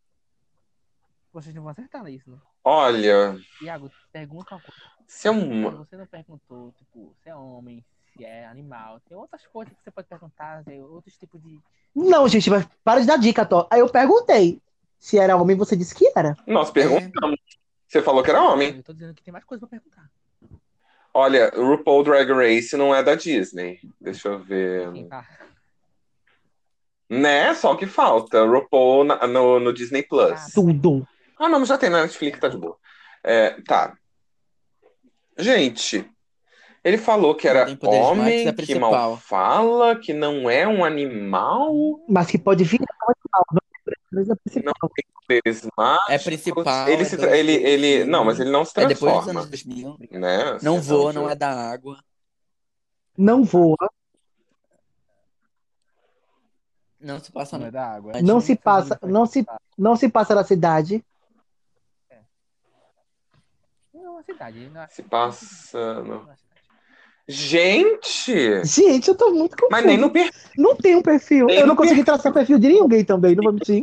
B: Vocês não vão acertar nisso, né?
D: Olha,
B: Iago, pergunta uma coisa.
D: se é
B: Se
D: uma.
B: você um não perguntou, tipo, se é homem, se é animal. Tem outras coisas que você pode perguntar, tem outros tipos de...
A: Não, gente, mas para de dar dica, Tó. Aí eu perguntei se era homem, você disse que era.
C: É.
D: Nós perguntamos. Você falou que era homem.
B: Eu tô dizendo que tem mais coisa pra perguntar.
D: Olha, RuPaul Drag Race não é da Disney. Deixa eu ver.
B: Enfim, tá.
D: Né? Só o que falta. RuPaul na- no, no Disney
C: Ah,
D: Plus.
C: tá.
A: Tudo.
D: Ah, não, mas já tem na Netflix, tá de boa. É, tá. Gente, ele falou que era
C: Tem poderes mágicos, é
D: homem,
C: a
D: que
C: principal.
D: mal fala, que não é um animal,
A: Mas que pode vir. Mas é principal.
D: poderes mágicos.
C: É principal,
D: Ele,
C: é
D: se
C: dois
D: tra- ele,
C: dedos,
D: ele,
C: sim.
D: não, mas ele não se
C: É depois dos
D: transforma,
C: anos 2000.
D: né? Assim,
C: Não
D: é
C: voa,
D: um
C: não é
D: jogo.
C: da água.
A: Não voa,
C: Não se passa
B: Não
C: nada.
B: é da água.
A: não se passa, não se, não se passa na cidade.
B: Não, é uma cidade. Não é...
D: Se passa
B: não é
D: no-
B: uma cidade.
D: Gente!
A: Gente, eu tô muito confusa.
D: Mas nem no perfil.
A: Não tem um perfil.
D: Nem
A: eu
D: no
A: não consegui traçar perfil de ninguém também, não vou mentir.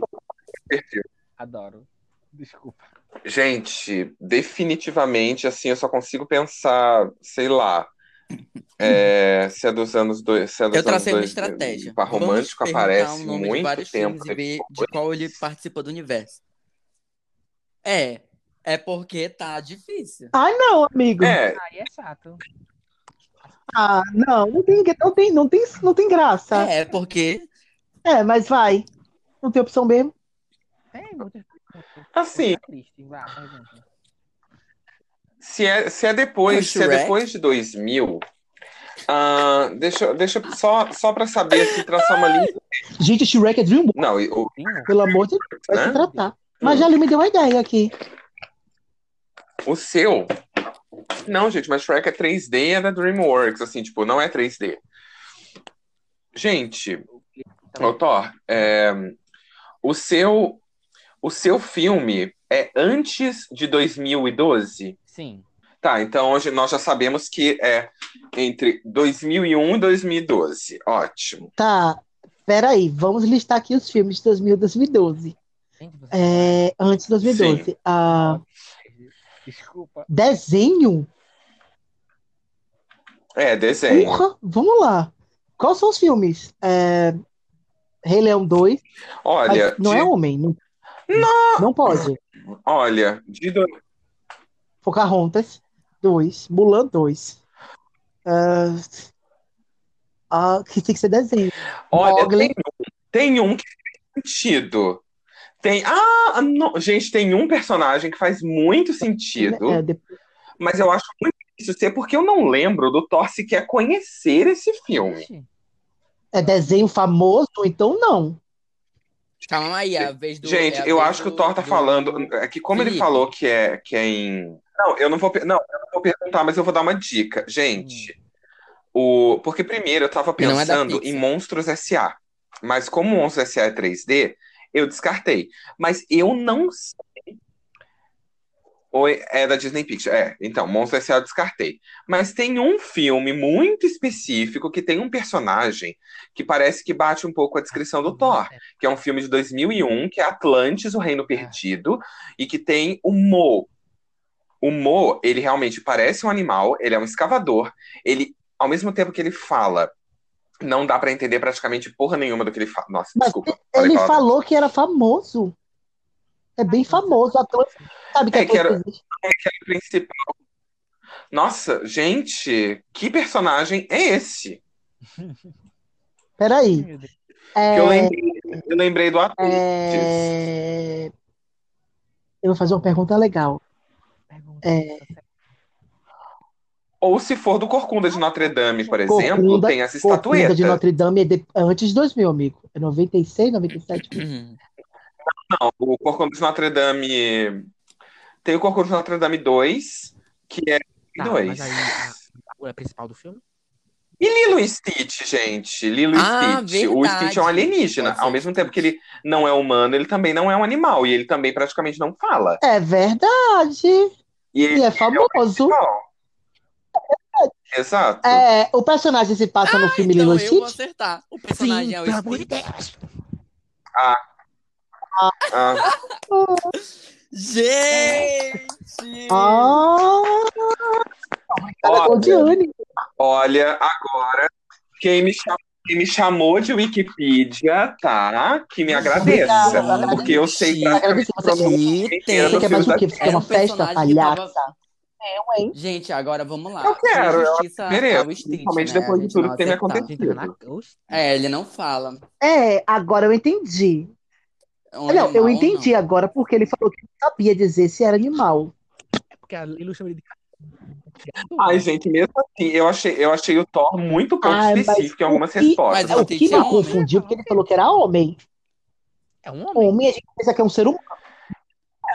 B: Adoro. Desculpa.
D: Gente, definitivamente, assim, eu só consigo pensar, sei lá, é, se é dos anos dois, se é dos
C: Eu tracei uma
D: anos dois,
C: estratégia.
D: Par
C: Vamos
D: romântico
C: perguntar
D: aparece
C: o nome de
D: muito
C: vários
D: tempo
C: filmes e ver de
D: depois.
C: qual ele participa do universo. É, é porque tá difícil.
A: Ah, não, amigo.
D: É,
B: Aí é chato.
A: Ah, não, não tem, não tem, não tem, não tem
D: Tá.
A: graça.
C: É, porque
A: É, mas vai. Não tem opção mesmo.
B: Tem muitas perguntas. é
D: assim,
B: Tá triste. Vá, pergunta.
D: Se é, se é depois,
C: O
D: se é
C: Shrek?
D: depois de 2000, ah, deixa, deixa só, só para saber se traçar uma linha.
A: Gente, Shrek é Dreamworks,
D: Não, e o,
A: pelo amor de Deus, vai
D: Né?
A: se tratar. Mas já ele me deu uma ideia aqui.
D: o seu. Não, gente, mas Shrek é 3D é da DreamWorks, assim, tipo, não é 3D. Gente, ô Thor, é, o seu o seu filme é antes de 2012?
B: Sim.
D: Tá, então hoje nós já sabemos que é entre 2001 e 2012. Ótimo.
A: Tá, peraí, vamos listar aqui os filmes de 2000 2012.
B: Gente, você-
A: É, antes de 2012. Ah,
B: Desculpa.
A: desenho?
D: É, desenho.
A: Porra, vamos lá. Quais são os filmes? É, Rei Leão 2, mas
D: Olha,
A: não
D: de,
A: é homem. Não, não pode.
D: olha, de do-
A: Pocahontas 2, Mulan 2. Ah, ah, que tem que ser desenho.
D: olha,
A: Mowgli.
D: tem, um- tem um que faz sentido. Tem, ah, não- gente, tem um personagem que faz muito sentido,
A: É, de-
D: mas eu acho muito difícil ser porque eu não lembro do Thor sequer conhecer esse filme.
B: Ixi,
A: é desenho famoso, então não.
C: Calma aí, é a vez do.
D: Gente,
C: é a
D: eu
C: vez
D: acho que o
C: do-
D: Thor tá
C: do-
D: falando. É que como ele
C: Felipe.
D: falou que é, que é em. Não, eu não vou. per- Não, eu não vou perguntar, mas eu vou dar uma dica. Gente, o... porque primeiro eu tava
C: E Hum. não é da
D: pensando
C: Pixar.
D: em Monstros S.A. Mas como Monstros S.A. é 3D, eu descartei. Mas eu não sei. Oi, é da Disney Pictures. É, então, Monstros S.A. eu descartei. Mas tem um filme muito específico que tem um personagem que parece que bate um pouco a descrição do Thor que é um filme de 2001, que é Atlantis, o Reino Perdido, e que tem o Mo. O Mo, ele realmente parece um animal, ele é um escavador, ele, ao mesmo tempo que ele fala, não dá pra entender praticamente porra nenhuma do que ele fala. Nossa,
A: Mas
D: desculpa. falei
A: Ele
D: palavrão.
A: falou que era famoso.
C: Ah,
A: É bem famoso. Atlântico, sabe que
D: É que era-
A: Atlântico existe?
D: O principal. Nossa, gente, que personagem é esse?
A: Peraí.
B: meu Deus.
A: É,
D: Que eu lembrei, eu lembrei do ator.
A: é, Eu vou fazer uma pergunta legal.
B: Pergunta.
A: É,
D: Ou se for do Corcunda de Notre Dame, por exemplo,
A: Corcunda-
D: tem as
A: Corcunda
D: estatuetas.
A: de Notre Dame é, de- é antes de 2000, amigo. É 96, 97.
C: Uhum.
D: Não, o Corcunda de Notre Dame. Tem o Corcunda de Notre Dame 2, que é
B: Tá,
D: 2.
B: mas aí a figura principal do filme?
D: E Lilo e Stitch, gente. Lilo e
C: Ah,
D: Stitch. O
C: verdade.
D: Stitch é um alienígena.
C: Pode ser.
D: Ao mesmo tempo que ele não é humano, ele também não é um animal. E ele também praticamente não fala.
A: É verdade.
D: E
A: E
D: ele
A: é famoso.
D: não. Exato.
A: É, o personagem se passa no filme
C: Então
A: Lilo e
C: eu vou
A: Stitch?
C: acertar. O personagem é o
D: tá
B: pelo amor de
C: Stitch.
B: Deus.
D: Ah,
C: Gente!
A: Ah, cara, gol de
D: olha,
A: Anne.
D: olha, agora, quem me, chamou, quem me chamou de Wikipedia, tá? Que me
A: Obrigada,
D: agradeça.
A: obrigada.
D: é Porque eu sei
C: Gente,
D: praticamente
A: você-
D: todo mundo
C: Que
D: inteiro
A: Você
D: do
A: quer
D: filme
A: mais
D: da
A: o quê? Você quer
C: É
A: uma
C: um
A: festa
C: personagem que
A: palhaça?
C: tava-
A: Eu, hein?
C: Gente, agora vamos lá.
D: Eu quero,
C: Sem
D: eu
C: justiça
D: mereço,
C: ao Stitch,
D: principalmente
C: né?
D: depois
C: A
D: de
C: gente
D: tudo
C: não
D: que teve
C: acertar.
D: acontecido.
B: Gente, tá na coxa.
C: É, ele não fala.
A: É, agora eu entendi.
C: Um
A: Não,
C: animal
A: eu
C: ou
A: entendi
C: não.
A: agora porque ele falou que não sabia dizer se era animal.
B: É porque a Lilu chama ele de
D: Ai, gente, mesmo assim, eu achei, eu achei o Thor muito pouco
A: Ai, Ah, mas
D: específico em algumas
A: o que-
D: respostas.
C: Mas
A: É, o
C: tem
A: que
C: que ser
A: me
C: homem. né?
A: confundiu porque ele falou que era homem.
B: É um homem.
A: Homem, a gente pensa que é um ser humano.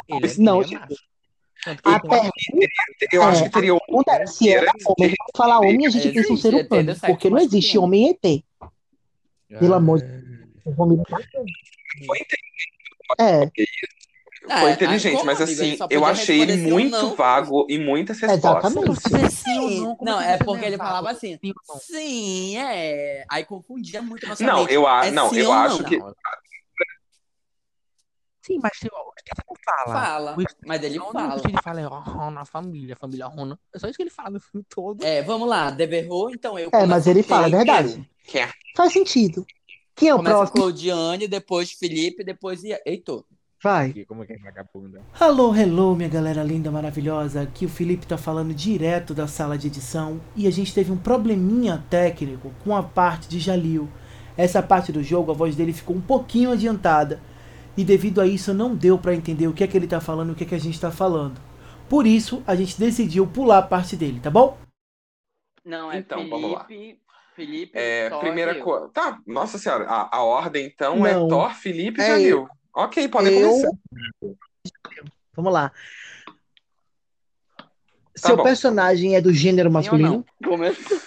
B: Ele é,
A: Não,
B: ele é
A: gente.
B: macho. Tanto que
A: A
B: ele tem-
A: pergunta
D: Eu
A: É,
D: acho que teria um.
A: é se era homem. Quando fala homem, a
C: É,
A: gente pensa um ser
C: Existe, ET
A: humano.
C: do sexo
A: Porque não existe
C: masculino.
A: homem ET. Pelo amor de Deus. vou me matar. É,
C: Ah,
D: Foi
C: é,
D: inteligente,
C: como,
D: mas
C: amigo?
D: assim,
C: Ele só
D: eu
C: podia
D: achei ele
C: responder sim ou
D: muito
C: não.
D: vago e muitas respostas.
A: Exatamente.
B: Sim ou não? Como
C: Não,
B: que
C: é
B: você
C: porque ele
B: pensava?
C: falava assim.
B: Sim ou não?
C: Sim, é. Aí confundia muito a nossa
D: Não,
C: mente.
D: eu, a-
C: É
D: não,
C: sim
D: eu
C: ou
D: acho
C: não?
D: que.
B: Não. Sim, mas tem o Steve não fala.
C: Fala.
B: O Steve-
C: Mas ele
B: a única
C: fala.
B: coisa que ele fala é ó, na família, família Rona. É só isso que ele fala no filme todo.
C: É, vamos lá. Deverrou, então eu
A: é,
C: começo
A: mas ele
C: com
A: fala, é
C: quem?
A: verdade.
D: que é-
A: Faz sentido. Quem é o
C: Começa com
A: próximo?
C: Claudiane, depois Felipe, depois Ia- Heitor.
A: Vai.
B: Como é que é vagabunda?
E: Alô, hello, minha galera linda, maravilhosa. Aqui o Felipe tá falando direto da sala de edição e a gente teve um probleminha técnico com a parte de Jalil. Essa parte do jogo, a voz dele ficou um pouquinho adiantada e devido a isso não deu pra entender o que é que ele tá falando e o que é que a gente tá falando. Por isso, a gente decidiu pular a parte dele, tá bom?
C: Não, é
D: Então,
C: Felipe.
D: vamos lá.
C: Felipe,
D: É,
C: Thor,
D: primeira
C: eu.
D: coisa. Tá, nossa senhora. A, a ordem, então, é
A: Não.
D: Thor, Felipe e
A: É
D: Jamil. Ok, podem
A: Eu-
D: começar.
A: Vamos lá.
D: Tá
A: Seu
D: bom.
A: personagem é do gênero masculino?
C: Começou.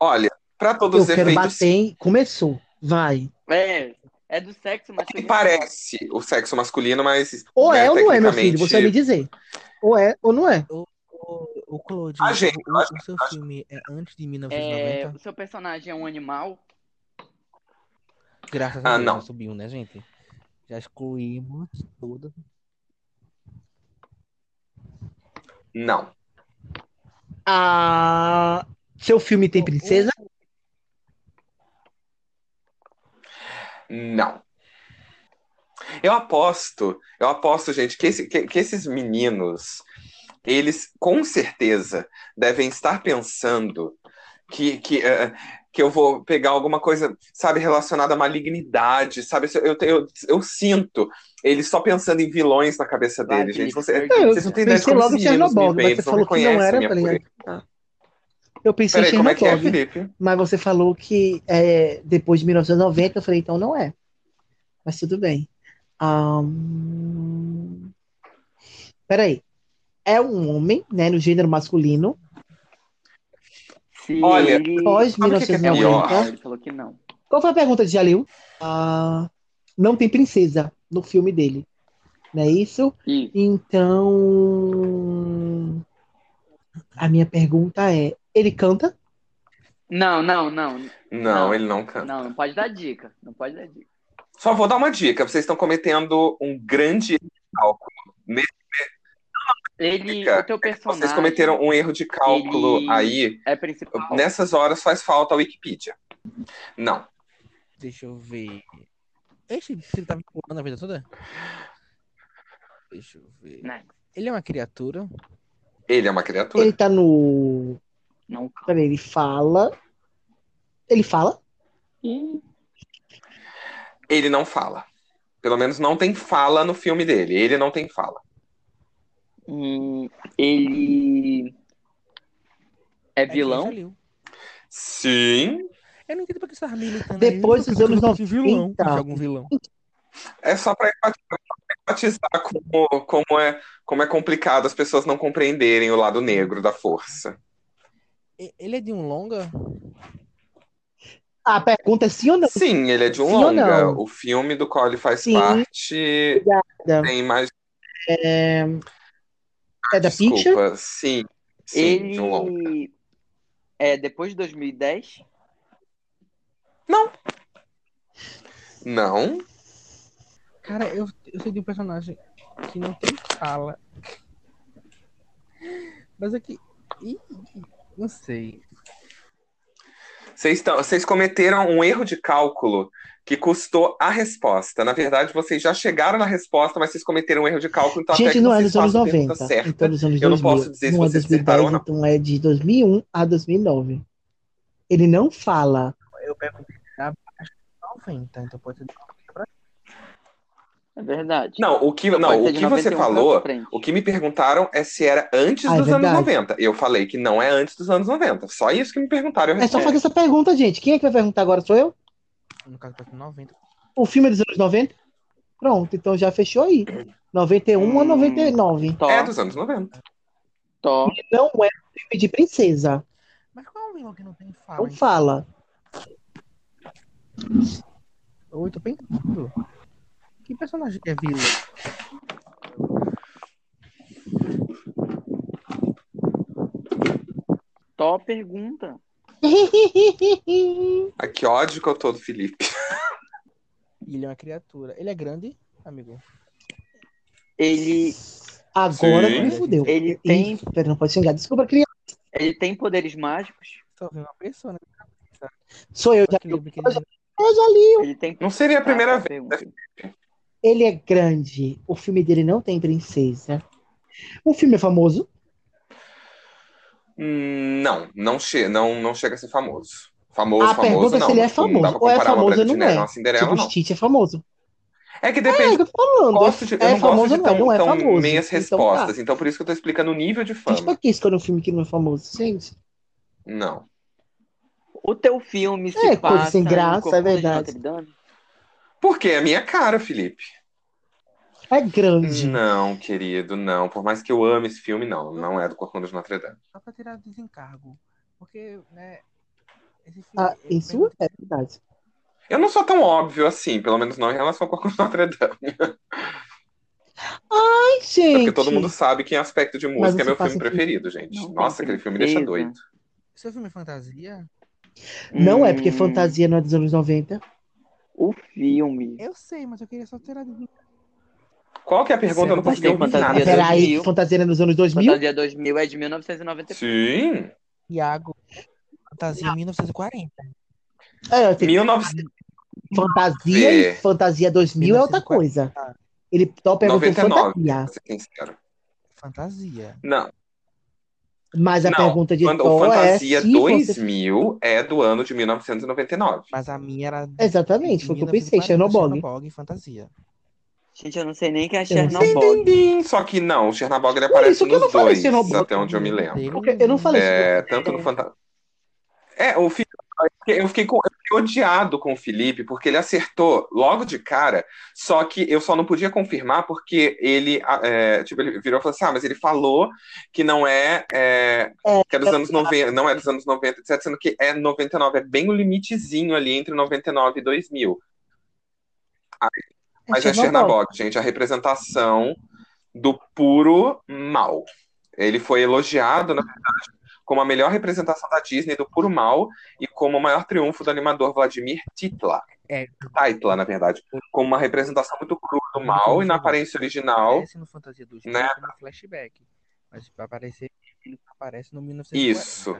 D: Olha, pra todos
A: Eu
D: os
A: quero
D: efeitos,
A: bater. em- Começou. Vai.
C: É, é do sexo masculino.
D: parece o sexo masculino, mas.
A: Ou
D: né,
A: é ou não é, meu
D: tecnicamente-
A: filho? Você vai me dizer. Ou é ou não é.
B: O, o Claude,
D: Ah, gente,
B: o, o seu filme é antes de
C: É,
B: 1990?
C: o seu personagem é um animal?
B: Graças
D: Ah,
B: a Deus,
D: não.
B: não subiu, né, gente? Já excluímos todas.
D: Não.
A: Ah, seu filme tem princesa?
D: Não. Eu aposto, eu aposto, gente, que, esse- que- que esses meninos, eles com certeza devem estar pensando que, que, eh, que eu vou pegar alguma coisa, sabe, relacionada à malignidade, sabe? Eu, eu, eu- eu sinto eles só pensando em vilões na cabeça
C: Vai,
D: deles, gente.
C: Felipe,
D: Você,
C: perdi.
D: vocês não têm ideia de
A: pensei
D: como
A: logo
D: esses meninos
A: Chernobyl,
D: me
A: mas
D: veem,
A: você
D: eles não
A: falou que não
D: reconhecem
A: era,
D: a minha
A: tá ligado?
D: pureza.
A: Eu pensei em
D: Peraí, como é que é,
A: Chernobyl,
D: Felipe?
A: mas você falou que é depois de 1990. Eu falei, então não é. Mas tudo bem. Ahn, Peraí. É um homem, né, no gênero masculino,
C: Se
D: Olha,
C: ele... um
D: Sabe o que que é
A: pós-1990.
D: pior?
C: ele falou que não.
A: Qual foi a pergunta de Jalil? Ah, não tem princesa no filme dele. Não é isso?
C: Ih,
A: Então. A minha pergunta é: ele canta?
C: Não, não, não.
D: Não,
C: Não.
D: ele não canta.
C: Não, não pode dar dica. Não pode dar dica.
D: Só vou dar uma dica. Vocês estão cometendo um grande erro de cálculo.
C: Ele,
D: Dica,
C: o teu personagem
D: Vocês cometeram né? um erro de cálculo
C: Ele-
D: aí.
C: é principal.
D: Nessas horas faz falta a Wikipedia. Não.
B: Deixa eu ver. Este filho tá me pulando a vida toda? Deixa eu ver.
C: Né?
B: Ele é uma criatura.
D: Ele é uma criatura.
A: Ele tá no.
C: Não.
A: Peraí, ele fala. Ele fala?
D: Ele não fala. Pelo menos não tem fala no filme dele. Ele não tem fala.
C: Hum, ele é
B: É
C: vilão?
B: Jalil.
D: Sim.
B: Eu não entendo pra que você tá militando.
A: Depois dos anos 90.
B: vilão. Joga um vilão.
D: É só para enfatizar como, como, é, como é complicado as pessoas não compreenderem o lado negro da força.
B: E- Ele é de um longa?
A: A pergunta é sim ou não?
D: Sim, ele é de um
A: Sim ou
D: longa.
A: não?
D: O filme do qual ele faz
A: Sim.
D: parte tem mais
A: É, é da Picture?
D: Desculpa, sim. Sim,
C: ele
D: de um longo.
C: é depois de 2010?
D: Não,
B: Cara, eu, eu sei de um personagem que não tem fala. Mas é que. Ih, não sei.
D: vocês, estão, vocês cometeram um erro de cálculo que custou a resposta. Na verdade, vocês já chegaram na resposta, mas vocês cometeram um erro de cálculo. Então, até
A: Gente,
D: que
A: não é
D: vocês
A: dos anos
D: façam a pergunta
A: 90.
D: certa.
A: Então, dos anos
D: Eu não
A: 2000.
D: posso dizer se
A: não é
D: vocês acertaram ou não.
A: então é de 2001 a 2009. Ele não fala.
B: Eu pego abaixo de 90, então pode ser.
C: É verdade.
D: Não, o que,
C: Pode
D: não,
C: ser de
D: o que você
C: 91 pra
F: um né?
D: falou,
C: frente.
D: o que me perguntaram é se era antes
A: Ah, é
D: dos anos
A: verdade.
D: 90. Eu falei que não é antes dos anos 90. Só isso que me perguntaram.
A: É
D: eu
A: só
D: respondi.
A: fazer essa pergunta, gente. Quem é que vai perguntar agora? Sou eu?
B: No caso, pode ser 90.
A: O filme é dos anos 90? Pronto, então já fechou aí. 91 a
C: Hum.
A: 99.
C: Thor,
D: É dos anos 90.
C: Thor.
A: Ele não é um filme de princesa.
B: Mas qual é o vilão que não tem fala?
A: Não
B: hein?
A: fala.
B: Oi, Então, tô pensando. Que personagem que é vilão?
C: Thor pergunta.
D: Ah, que ódio que eu tô do Felipe.
B: E Ele é uma criatura. Ele é grande, amigo.
C: Ele,
A: Agora
D: Sim.
A: tu me fudeu.
C: ele, tem,
A: Ih, pera, não pode xingar. Desculpa, criança.
C: ele tem poderes mágicos?
B: Só vem uma pessoa, né?
A: Sou eu,
B: Só
A: já
B: que lembra que ele é
A: Eu já li.
C: Ele tem
D: Não seria a primeira vez.
C: vez.
A: Ele é grande. O filme dele não tem princesa. O filme é famoso.
D: Hum, Não, não, che não, não chega a ser famoso. Famoso,
A: A
D: famoso,
A: pergunta é
D: não.
A: se ele é
D: Tipo, Não dá
A: famoso.
D: pra
A: Ou é
D: comparar uma
A: famoso
D: Branca
A: ou
D: de
A: não
D: Neve
A: é.
D: a uma Cinderela,
A: Tipo, o
D: não.
A: Stitch é famoso.
D: É que
A: É,
D: depende.
A: eu tô
D: eu
A: falando.
D: gosto de, eu
A: é
D: não gosto
A: famoso,
D: de tão,
A: não, não é
D: tão
A: famoso.
D: meias
A: Então tá.
D: respostas. Então, por isso que eu tô explicando o nível de
A: A gente tá
D: fama.
A: aqui escolhendo um filme que não é famoso, gente.
D: Não.
F: O teu filme se
A: É, coisa
F: passa
A: sem
F: em
A: graça,
F: Corcunda
A: é
F: de
A: verdade.
F: Notre Dame?
D: Porque é a minha cara, Felipe.
A: É grande.
D: Não, querido, não. Por mais que eu ame esse filme, não. Não é do Corcunda de Notre Dame.
B: Só pra tirar desencargo. Porque, né. Esse filme,
A: Ah,
B: ele
A: isso
B: mesmo-
A: é verdade.
D: Eu não sou tão óbvio assim, pelo menos não em relação ao Corcunda de Notre Dame.
A: Ai, gente.
D: É Porque todo mundo sabe que em aspecto de música é
A: isso
D: meu
A: passa
D: filme
A: aqui.
D: preferido, gente.
F: Não tem
D: Nossa, aquele filme me deixa
F: certeza.
D: doido.
B: Seu filme é fantasia?
A: Não é porque
F: Hum,
A: fantasia não é dos anos 90.
F: O filme.
B: Eu sei, mas eu queria só tirar desencargo.
D: Qual que é a pergunta? Eu não
F: Mas
D: consegui
F: tem
D: ouvir
F: fantasia
D: nada.
F: Fantasia dois
A: Peraí,
F: mil.
A: que fantasia não é dos anos 2000?
F: Fantasia 2000 é de 1994.
D: Sim.
B: Iago. Fantasia em 1940.
A: É, assim,
D: 1900...
A: fantasia
D: É.
A: e fantasia 2000 é outra coisa. Ele só perguntou
D: 99.
A: fantasia.
D: pra ser sincero.
B: Fantasia.
D: Não,
A: Mas a
D: Não,
A: pergunta de
D: quando- o
A: Thor é
D: Fantasia
A: se
D: 2000 é do ano de 1999.
B: Mas a minha era.
A: você- Exatamente, foi o que eu pensei, Chernobyl. né?
B: Chernobyl e fantasia.
F: Gente, eu não sei nem que é
A: Eu não sei.
F: Chernobyl.
D: Só que não, o Chernobyl ele aparece
A: isso que eu
D: nos
A: não falei,
D: dois,
A: Chernobyl.
D: até onde eu me lembro.
A: Porque eu não falei
D: É, tanto no Fantasia. É, o Felipe, eu fiquei, com- eu fiquei odiado com o Felipe, porque ele acertou logo de cara, só que eu só não podia confirmar, porque ele, ah, é, tipo, ele virou e falou assim, ah, mas ele falou que não é, é, que é dos anos 90, não é dos anos 90, etc, sendo que é 99, é bem o limitezinho ali entre 99 e 2000. Mas é Chernobyl, gente, a representação do puro mal. Ele foi elogiado, na verdade, como a melhor representação da Disney do puro mal e como o maior triunfo do animador Vladimir Titla.
B: É.
D: Titla, na verdade. Como uma representação muito crua do mal e na aparência original.
B: Aparece no Fantasia dos
D: Né?
B: né? como flashback. Mas pra aparecer, ele aparece no 1940.
D: Isso.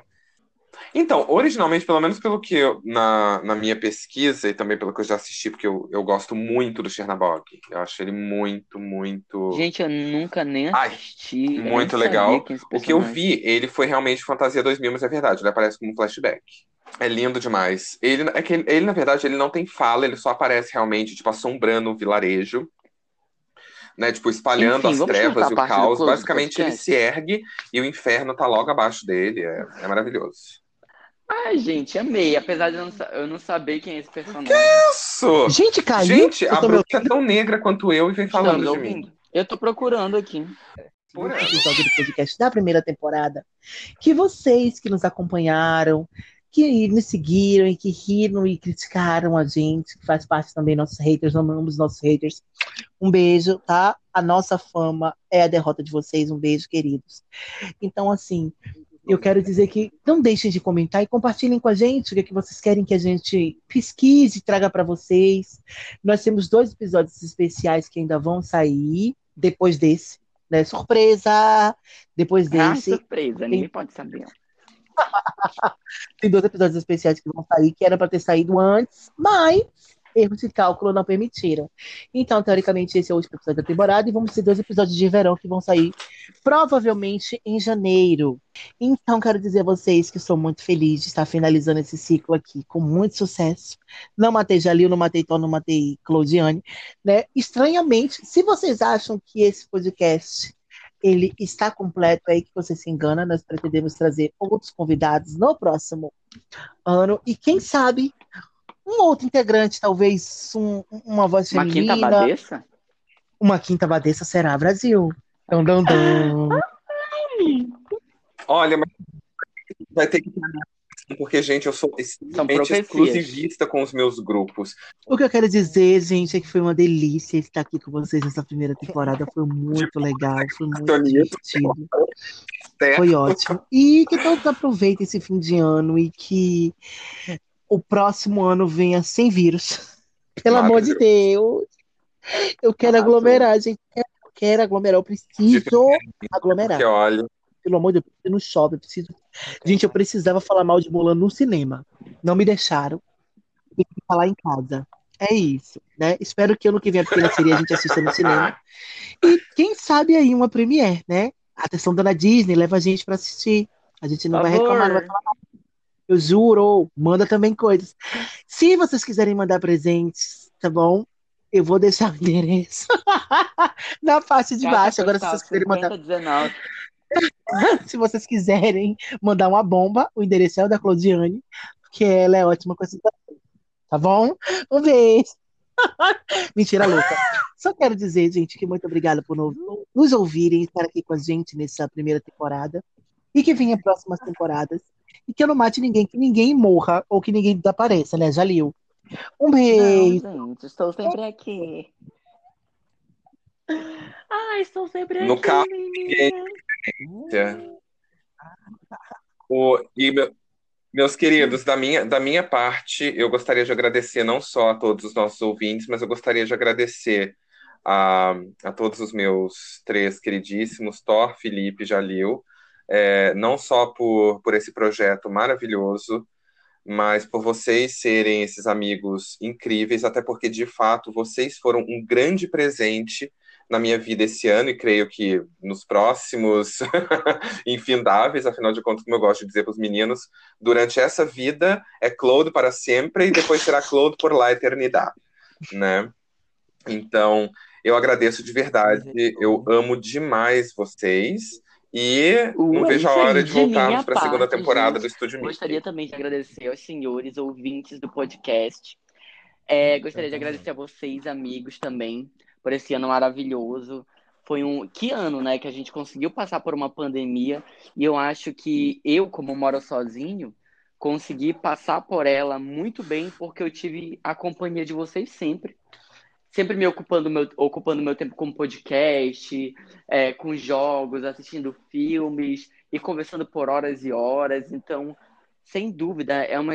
D: Então, originalmente, pelo menos pelo que eu, na, na minha pesquisa e também pelo que eu já assisti, porque eu, eu gosto muito do Chernobyl. Eu acho ele muito, muito.
F: Gente, eu nunca nem
D: Ai,
F: assisti. eu nem
D: muito
F: sabia
D: legal.
F: quem é esse
D: O que eu
F: personagem.
D: vi, ele foi realmente Fantasia 2000, mas é verdade, ele aparece como um flashback. É lindo demais. Ele, é que ele, ele, na verdade, ele não tem fala, ele só aparece realmente, tipo, assombrando um vilarejo. Né, tipo, espalhando
F: Enfim,
D: as
F: vamos
D: trevas
F: cortar
D: e o
F: a parte do
D: caos.
F: close do
D: Basicamente, ele
F: podcast.
D: se ergue e o inferno tá logo abaixo dele. É, é maravilhoso.
F: Ai, gente, amei. Apesar de eu não, sa- eu não saber quem é esse personagem.
D: Isso!
A: Gente, caiu.
D: Gente,
A: Eu
D: a
A: tô me
D: Bruna é tão negra quanto eu e vem
F: Estamos
D: falando de mim.
F: ouvindo? Eu tô procurando aqui.
D: Por
A: último um episódio do podcast da primeira temporada, que vocês que nos acomhanharam, que nos seguiram e que riram e criticaram a gente, que faz parte também dos nossos haters, amamos nossos haters. Um beijo, tá? A nossa fama é a derrota de vocês. Um beijo, queridos. Então, assim, eu quero dizer que não deixem de comentar e compartilhem com a gente o que, é que vocês querem que a gente pesquise e traga para vocês. Nós temos dois episódios especiais que ainda vão sair depois desse, né? Surpresa! Depois
F: Ah,
A: desse.
F: surpresa, ninguém pode saber.
A: Tem dois episódios especiais que vão sair, que era para ter saído antes, mas erros de cálculo não permitiram. Então, teoricamente, esse é o último episódio da temporada e vamos ter dois episódios de verão que vão sair provavelmente em janeiro. Então, quero dizer a vocês que eu sou muito feliz de estar finalizando esse ciclo aqui com muito sucesso. Não matei Jalil, não matei Tom, não matei Claudiane, né? Estranhamente, se vocês acham que esse podcast ele está completo, é aí que você se engana. Nós pretendemos trazer outros convidados no próximo ano. E quem sabe, um outro integrante, talvez um- uma voz
F: Uma quinta
A: feminina.
F: cabeça?
A: Uma quinta badeça será Brasil. Dum, dum, dum.
D: Olha, mas vai ter que parar, porque, gente, eu sou extremamente
F: profecias.
D: exclusivista com os meus grupos.
A: O que eu quero dizer, gente, é que foi uma delícia estar aqui com vocês nessa primeira temporada. Foi muito legal, foi muito divertido. Foi ótimo. E que todos aproveitem esse fim de ano e que o próximo ano venha sem vírus. Pelo amor de Ah, Deus. Eu quero
F: Arrasou.
A: aglomerar, gente. Eu é quero aglomerar. Eu preciso aglomerar.
F: é.
D: Porque, olha,
A: Pelo amor de Deus, eu não shopping. Eu preciso. Gente, eu precisava falar mal de Mulan no cinema. Não me deixaram. Tive que falar em casa. É isso, né? Espero que ano que vem a pequena seria a gente assista no cinema. E quem sabe aí uma premiere, né? A atenção da Disney leva a gente pra assistir. A gente não vai reclamar, não vai
F: falar.
A: eu juro, manda também coisas. Se vocês quiserem mandar presentes, tá bom? Eu vou deixar o endereço na parte de baixo. Agora, se vocês quiserem mandar,
F: 19.
A: se vocês quiserem mandar uma bomba, o endereço é o da Claudiane, porque ela é ótima com essas coisas. Tá bom? Um beijo. Mentira louca. Só quero dizer, gente, que muito obrigada por no- nos ouvirem, estar aqui com a gente nessa primeira temporada. E que venha próximas temporadas. E que eu não mate ninguém, que ninguém morra ou que ninguém desapareça, né? Já liu. Um beijo.
F: Não, gente, estou sempre aqui. Ah, estou sempre
D: No
F: aqui,
D: carro,
F: menina.
D: O, e, meu- meus queridos, da minha, da minha parte, eu gostaria de agradecer não só a todos os nossos ouvintes, mas eu gostaria de agradecer a, a todos os meus três queridíssimos, Thor, Felipe e Jalil, é, não só por, por esse projeto maravilhoso, mas por vocês serem esses amigos incríveis, até porque, de fato, vocês foram um grande presente na minha vida esse ano e creio que nos próximos infindáveis, afinal de contas, como eu gosto de dizer para os meninos, durante essa vida é Claude para sempre e depois será Claude por lá a eternidade, né? Então, eu agradeço de verdade, eu amo demais vocês e
F: Uh,
D: não
F: é
D: vejo a
F: isso aí,
D: hora de
F: de minha
D: voltarmos para a segunda
F: parte,
D: temporada
F: gente.
D: do Estúdio Mickey.
F: Gostaria também de agradecer aos senhores ouvintes do podcast. É, gostaria de agradecer a vocês, amigos, também, por esse ano maravilhoso. Foi um. Que ano, né? Que a gente conseguiu passar por uma pandemia. E eu acho que eu, como moro sozinho, consegui passar por ela muito bem, porque eu tive a companhia de vocês sempre. Sempre me ocupando meu, ocupando meu tempo com podcast, é, com jogos, assistindo filmes e conversando por horas e horas. Então, sem dúvida, é uma.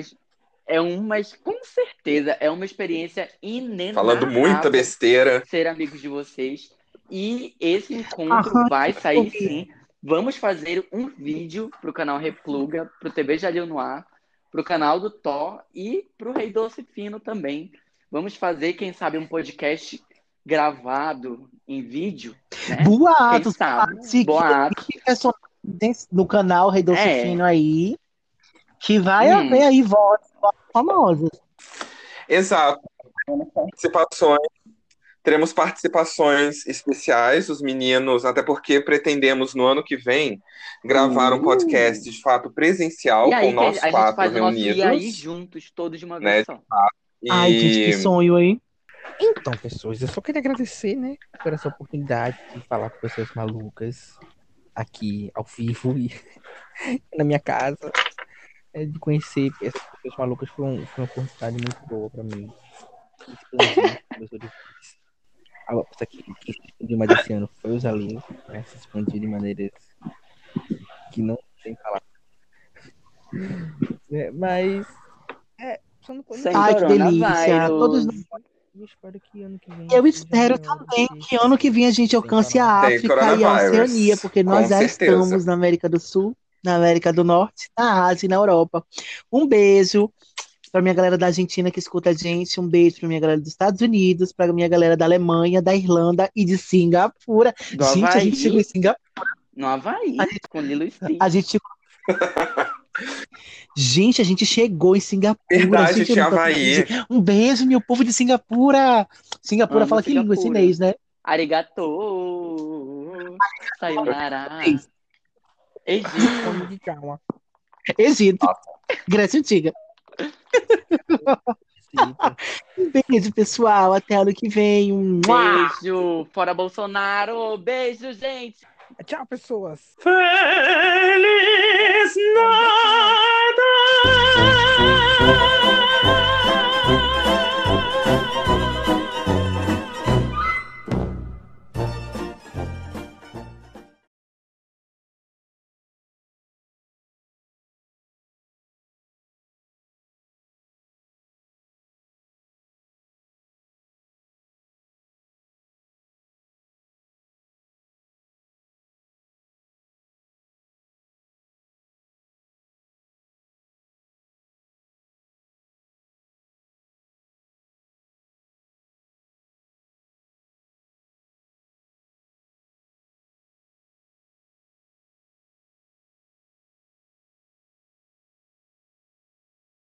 F: É uma, com certeza, é uma experiência inenarrável
D: Falando muita besteira.
F: ser amigos de vocês. E esse encontro
A: Aham,
F: vai sair
A: vi.
F: sim. Vamos fazer um vídeo pro canal Repluga, pro TV Jalil no Ar, pro canal do Thó e pro Rei Doce Fino também. Vamos fazer, quem sabe, um podcast gravado em vídeo. Né? Quem
A: Boatos,
F: sabe?
A: se-
F: Boato.
A: que personagem no canal Rei Doce
F: É.
A: Fino aí, que vai
F: Hum.
A: haver aí vozes famosas.
D: Exato. Participações. Teremos participações especiais, os meninos, até porque pretendemos no ano que vem gravar um
F: Uh.
D: podcast de fato presencial
F: E aí,
D: com
F: que a
D: nós
F: gente
D: quatro
F: faz o nosso
D: reunidos.
F: e aí juntos, todos de uma
D: Né?
F: vez só.
D: E
A: Ai, gente, que sonho, hein?
B: Então, pessoas, eu só queria agradecer, né, por essa oportunidade de falar com pessoas malucas aqui ao vivo e na minha casa. É, de conhecer essas pessoas malucas foi, um- foi uma oportunidade muito boa pra mim. Expandir meus horizontes. A coisa que, que se expandiu mais esse ano foi os alunos, né? Se expandiu de maneiras que não tem palavras. É, mas. É, só não
F: Sem
A: Ai, que delícia.
F: coronavírus.
A: Todos nós-
B: eu espero que ano que vem.
A: Eu
B: seja
A: espero
B: melhor,
A: também
B: porque-
A: que ano que vem a gente alcance a
D: Tem
A: África e a
D: coronavírus,
A: Oceania, porque
D: com
A: nós já
D: certeza.
A: estamos na América do Sul, na América do Norte, na Ásia e na Europa. Um beijo para minha galera da Argentina que escuta a gente, um beijo para minha galera dos Estados Unidos, para minha galera da Alemanha, da Irlanda e de Singapura.
F: Do
A: gente, a
F: Havaí,
A: gente chegou em Singapura.
F: no Havaí, com Lilo e Stitch.
A: A gente. gente, a gente chegou em Singapura.
D: Verdade,
A: gente, eu
D: tinha
A: nunca
D: Havaí.
A: acreditei. Um beijo, meu povo de Singapura. Singapura
F: Amo
A: fala que língua?
F: Singapura.
A: Chinês, né?
F: Arigato! Sayonara!
A: Japonês.
F: Egito!
B: Come de calma.
A: Egito. Grécia Antiga. Um beijo, pessoal. Até ano que vem. Um mua.
F: Beijo! Fora Bolsonaro! Beijo, gente!
B: Tchau, pessoas.
D: Feliz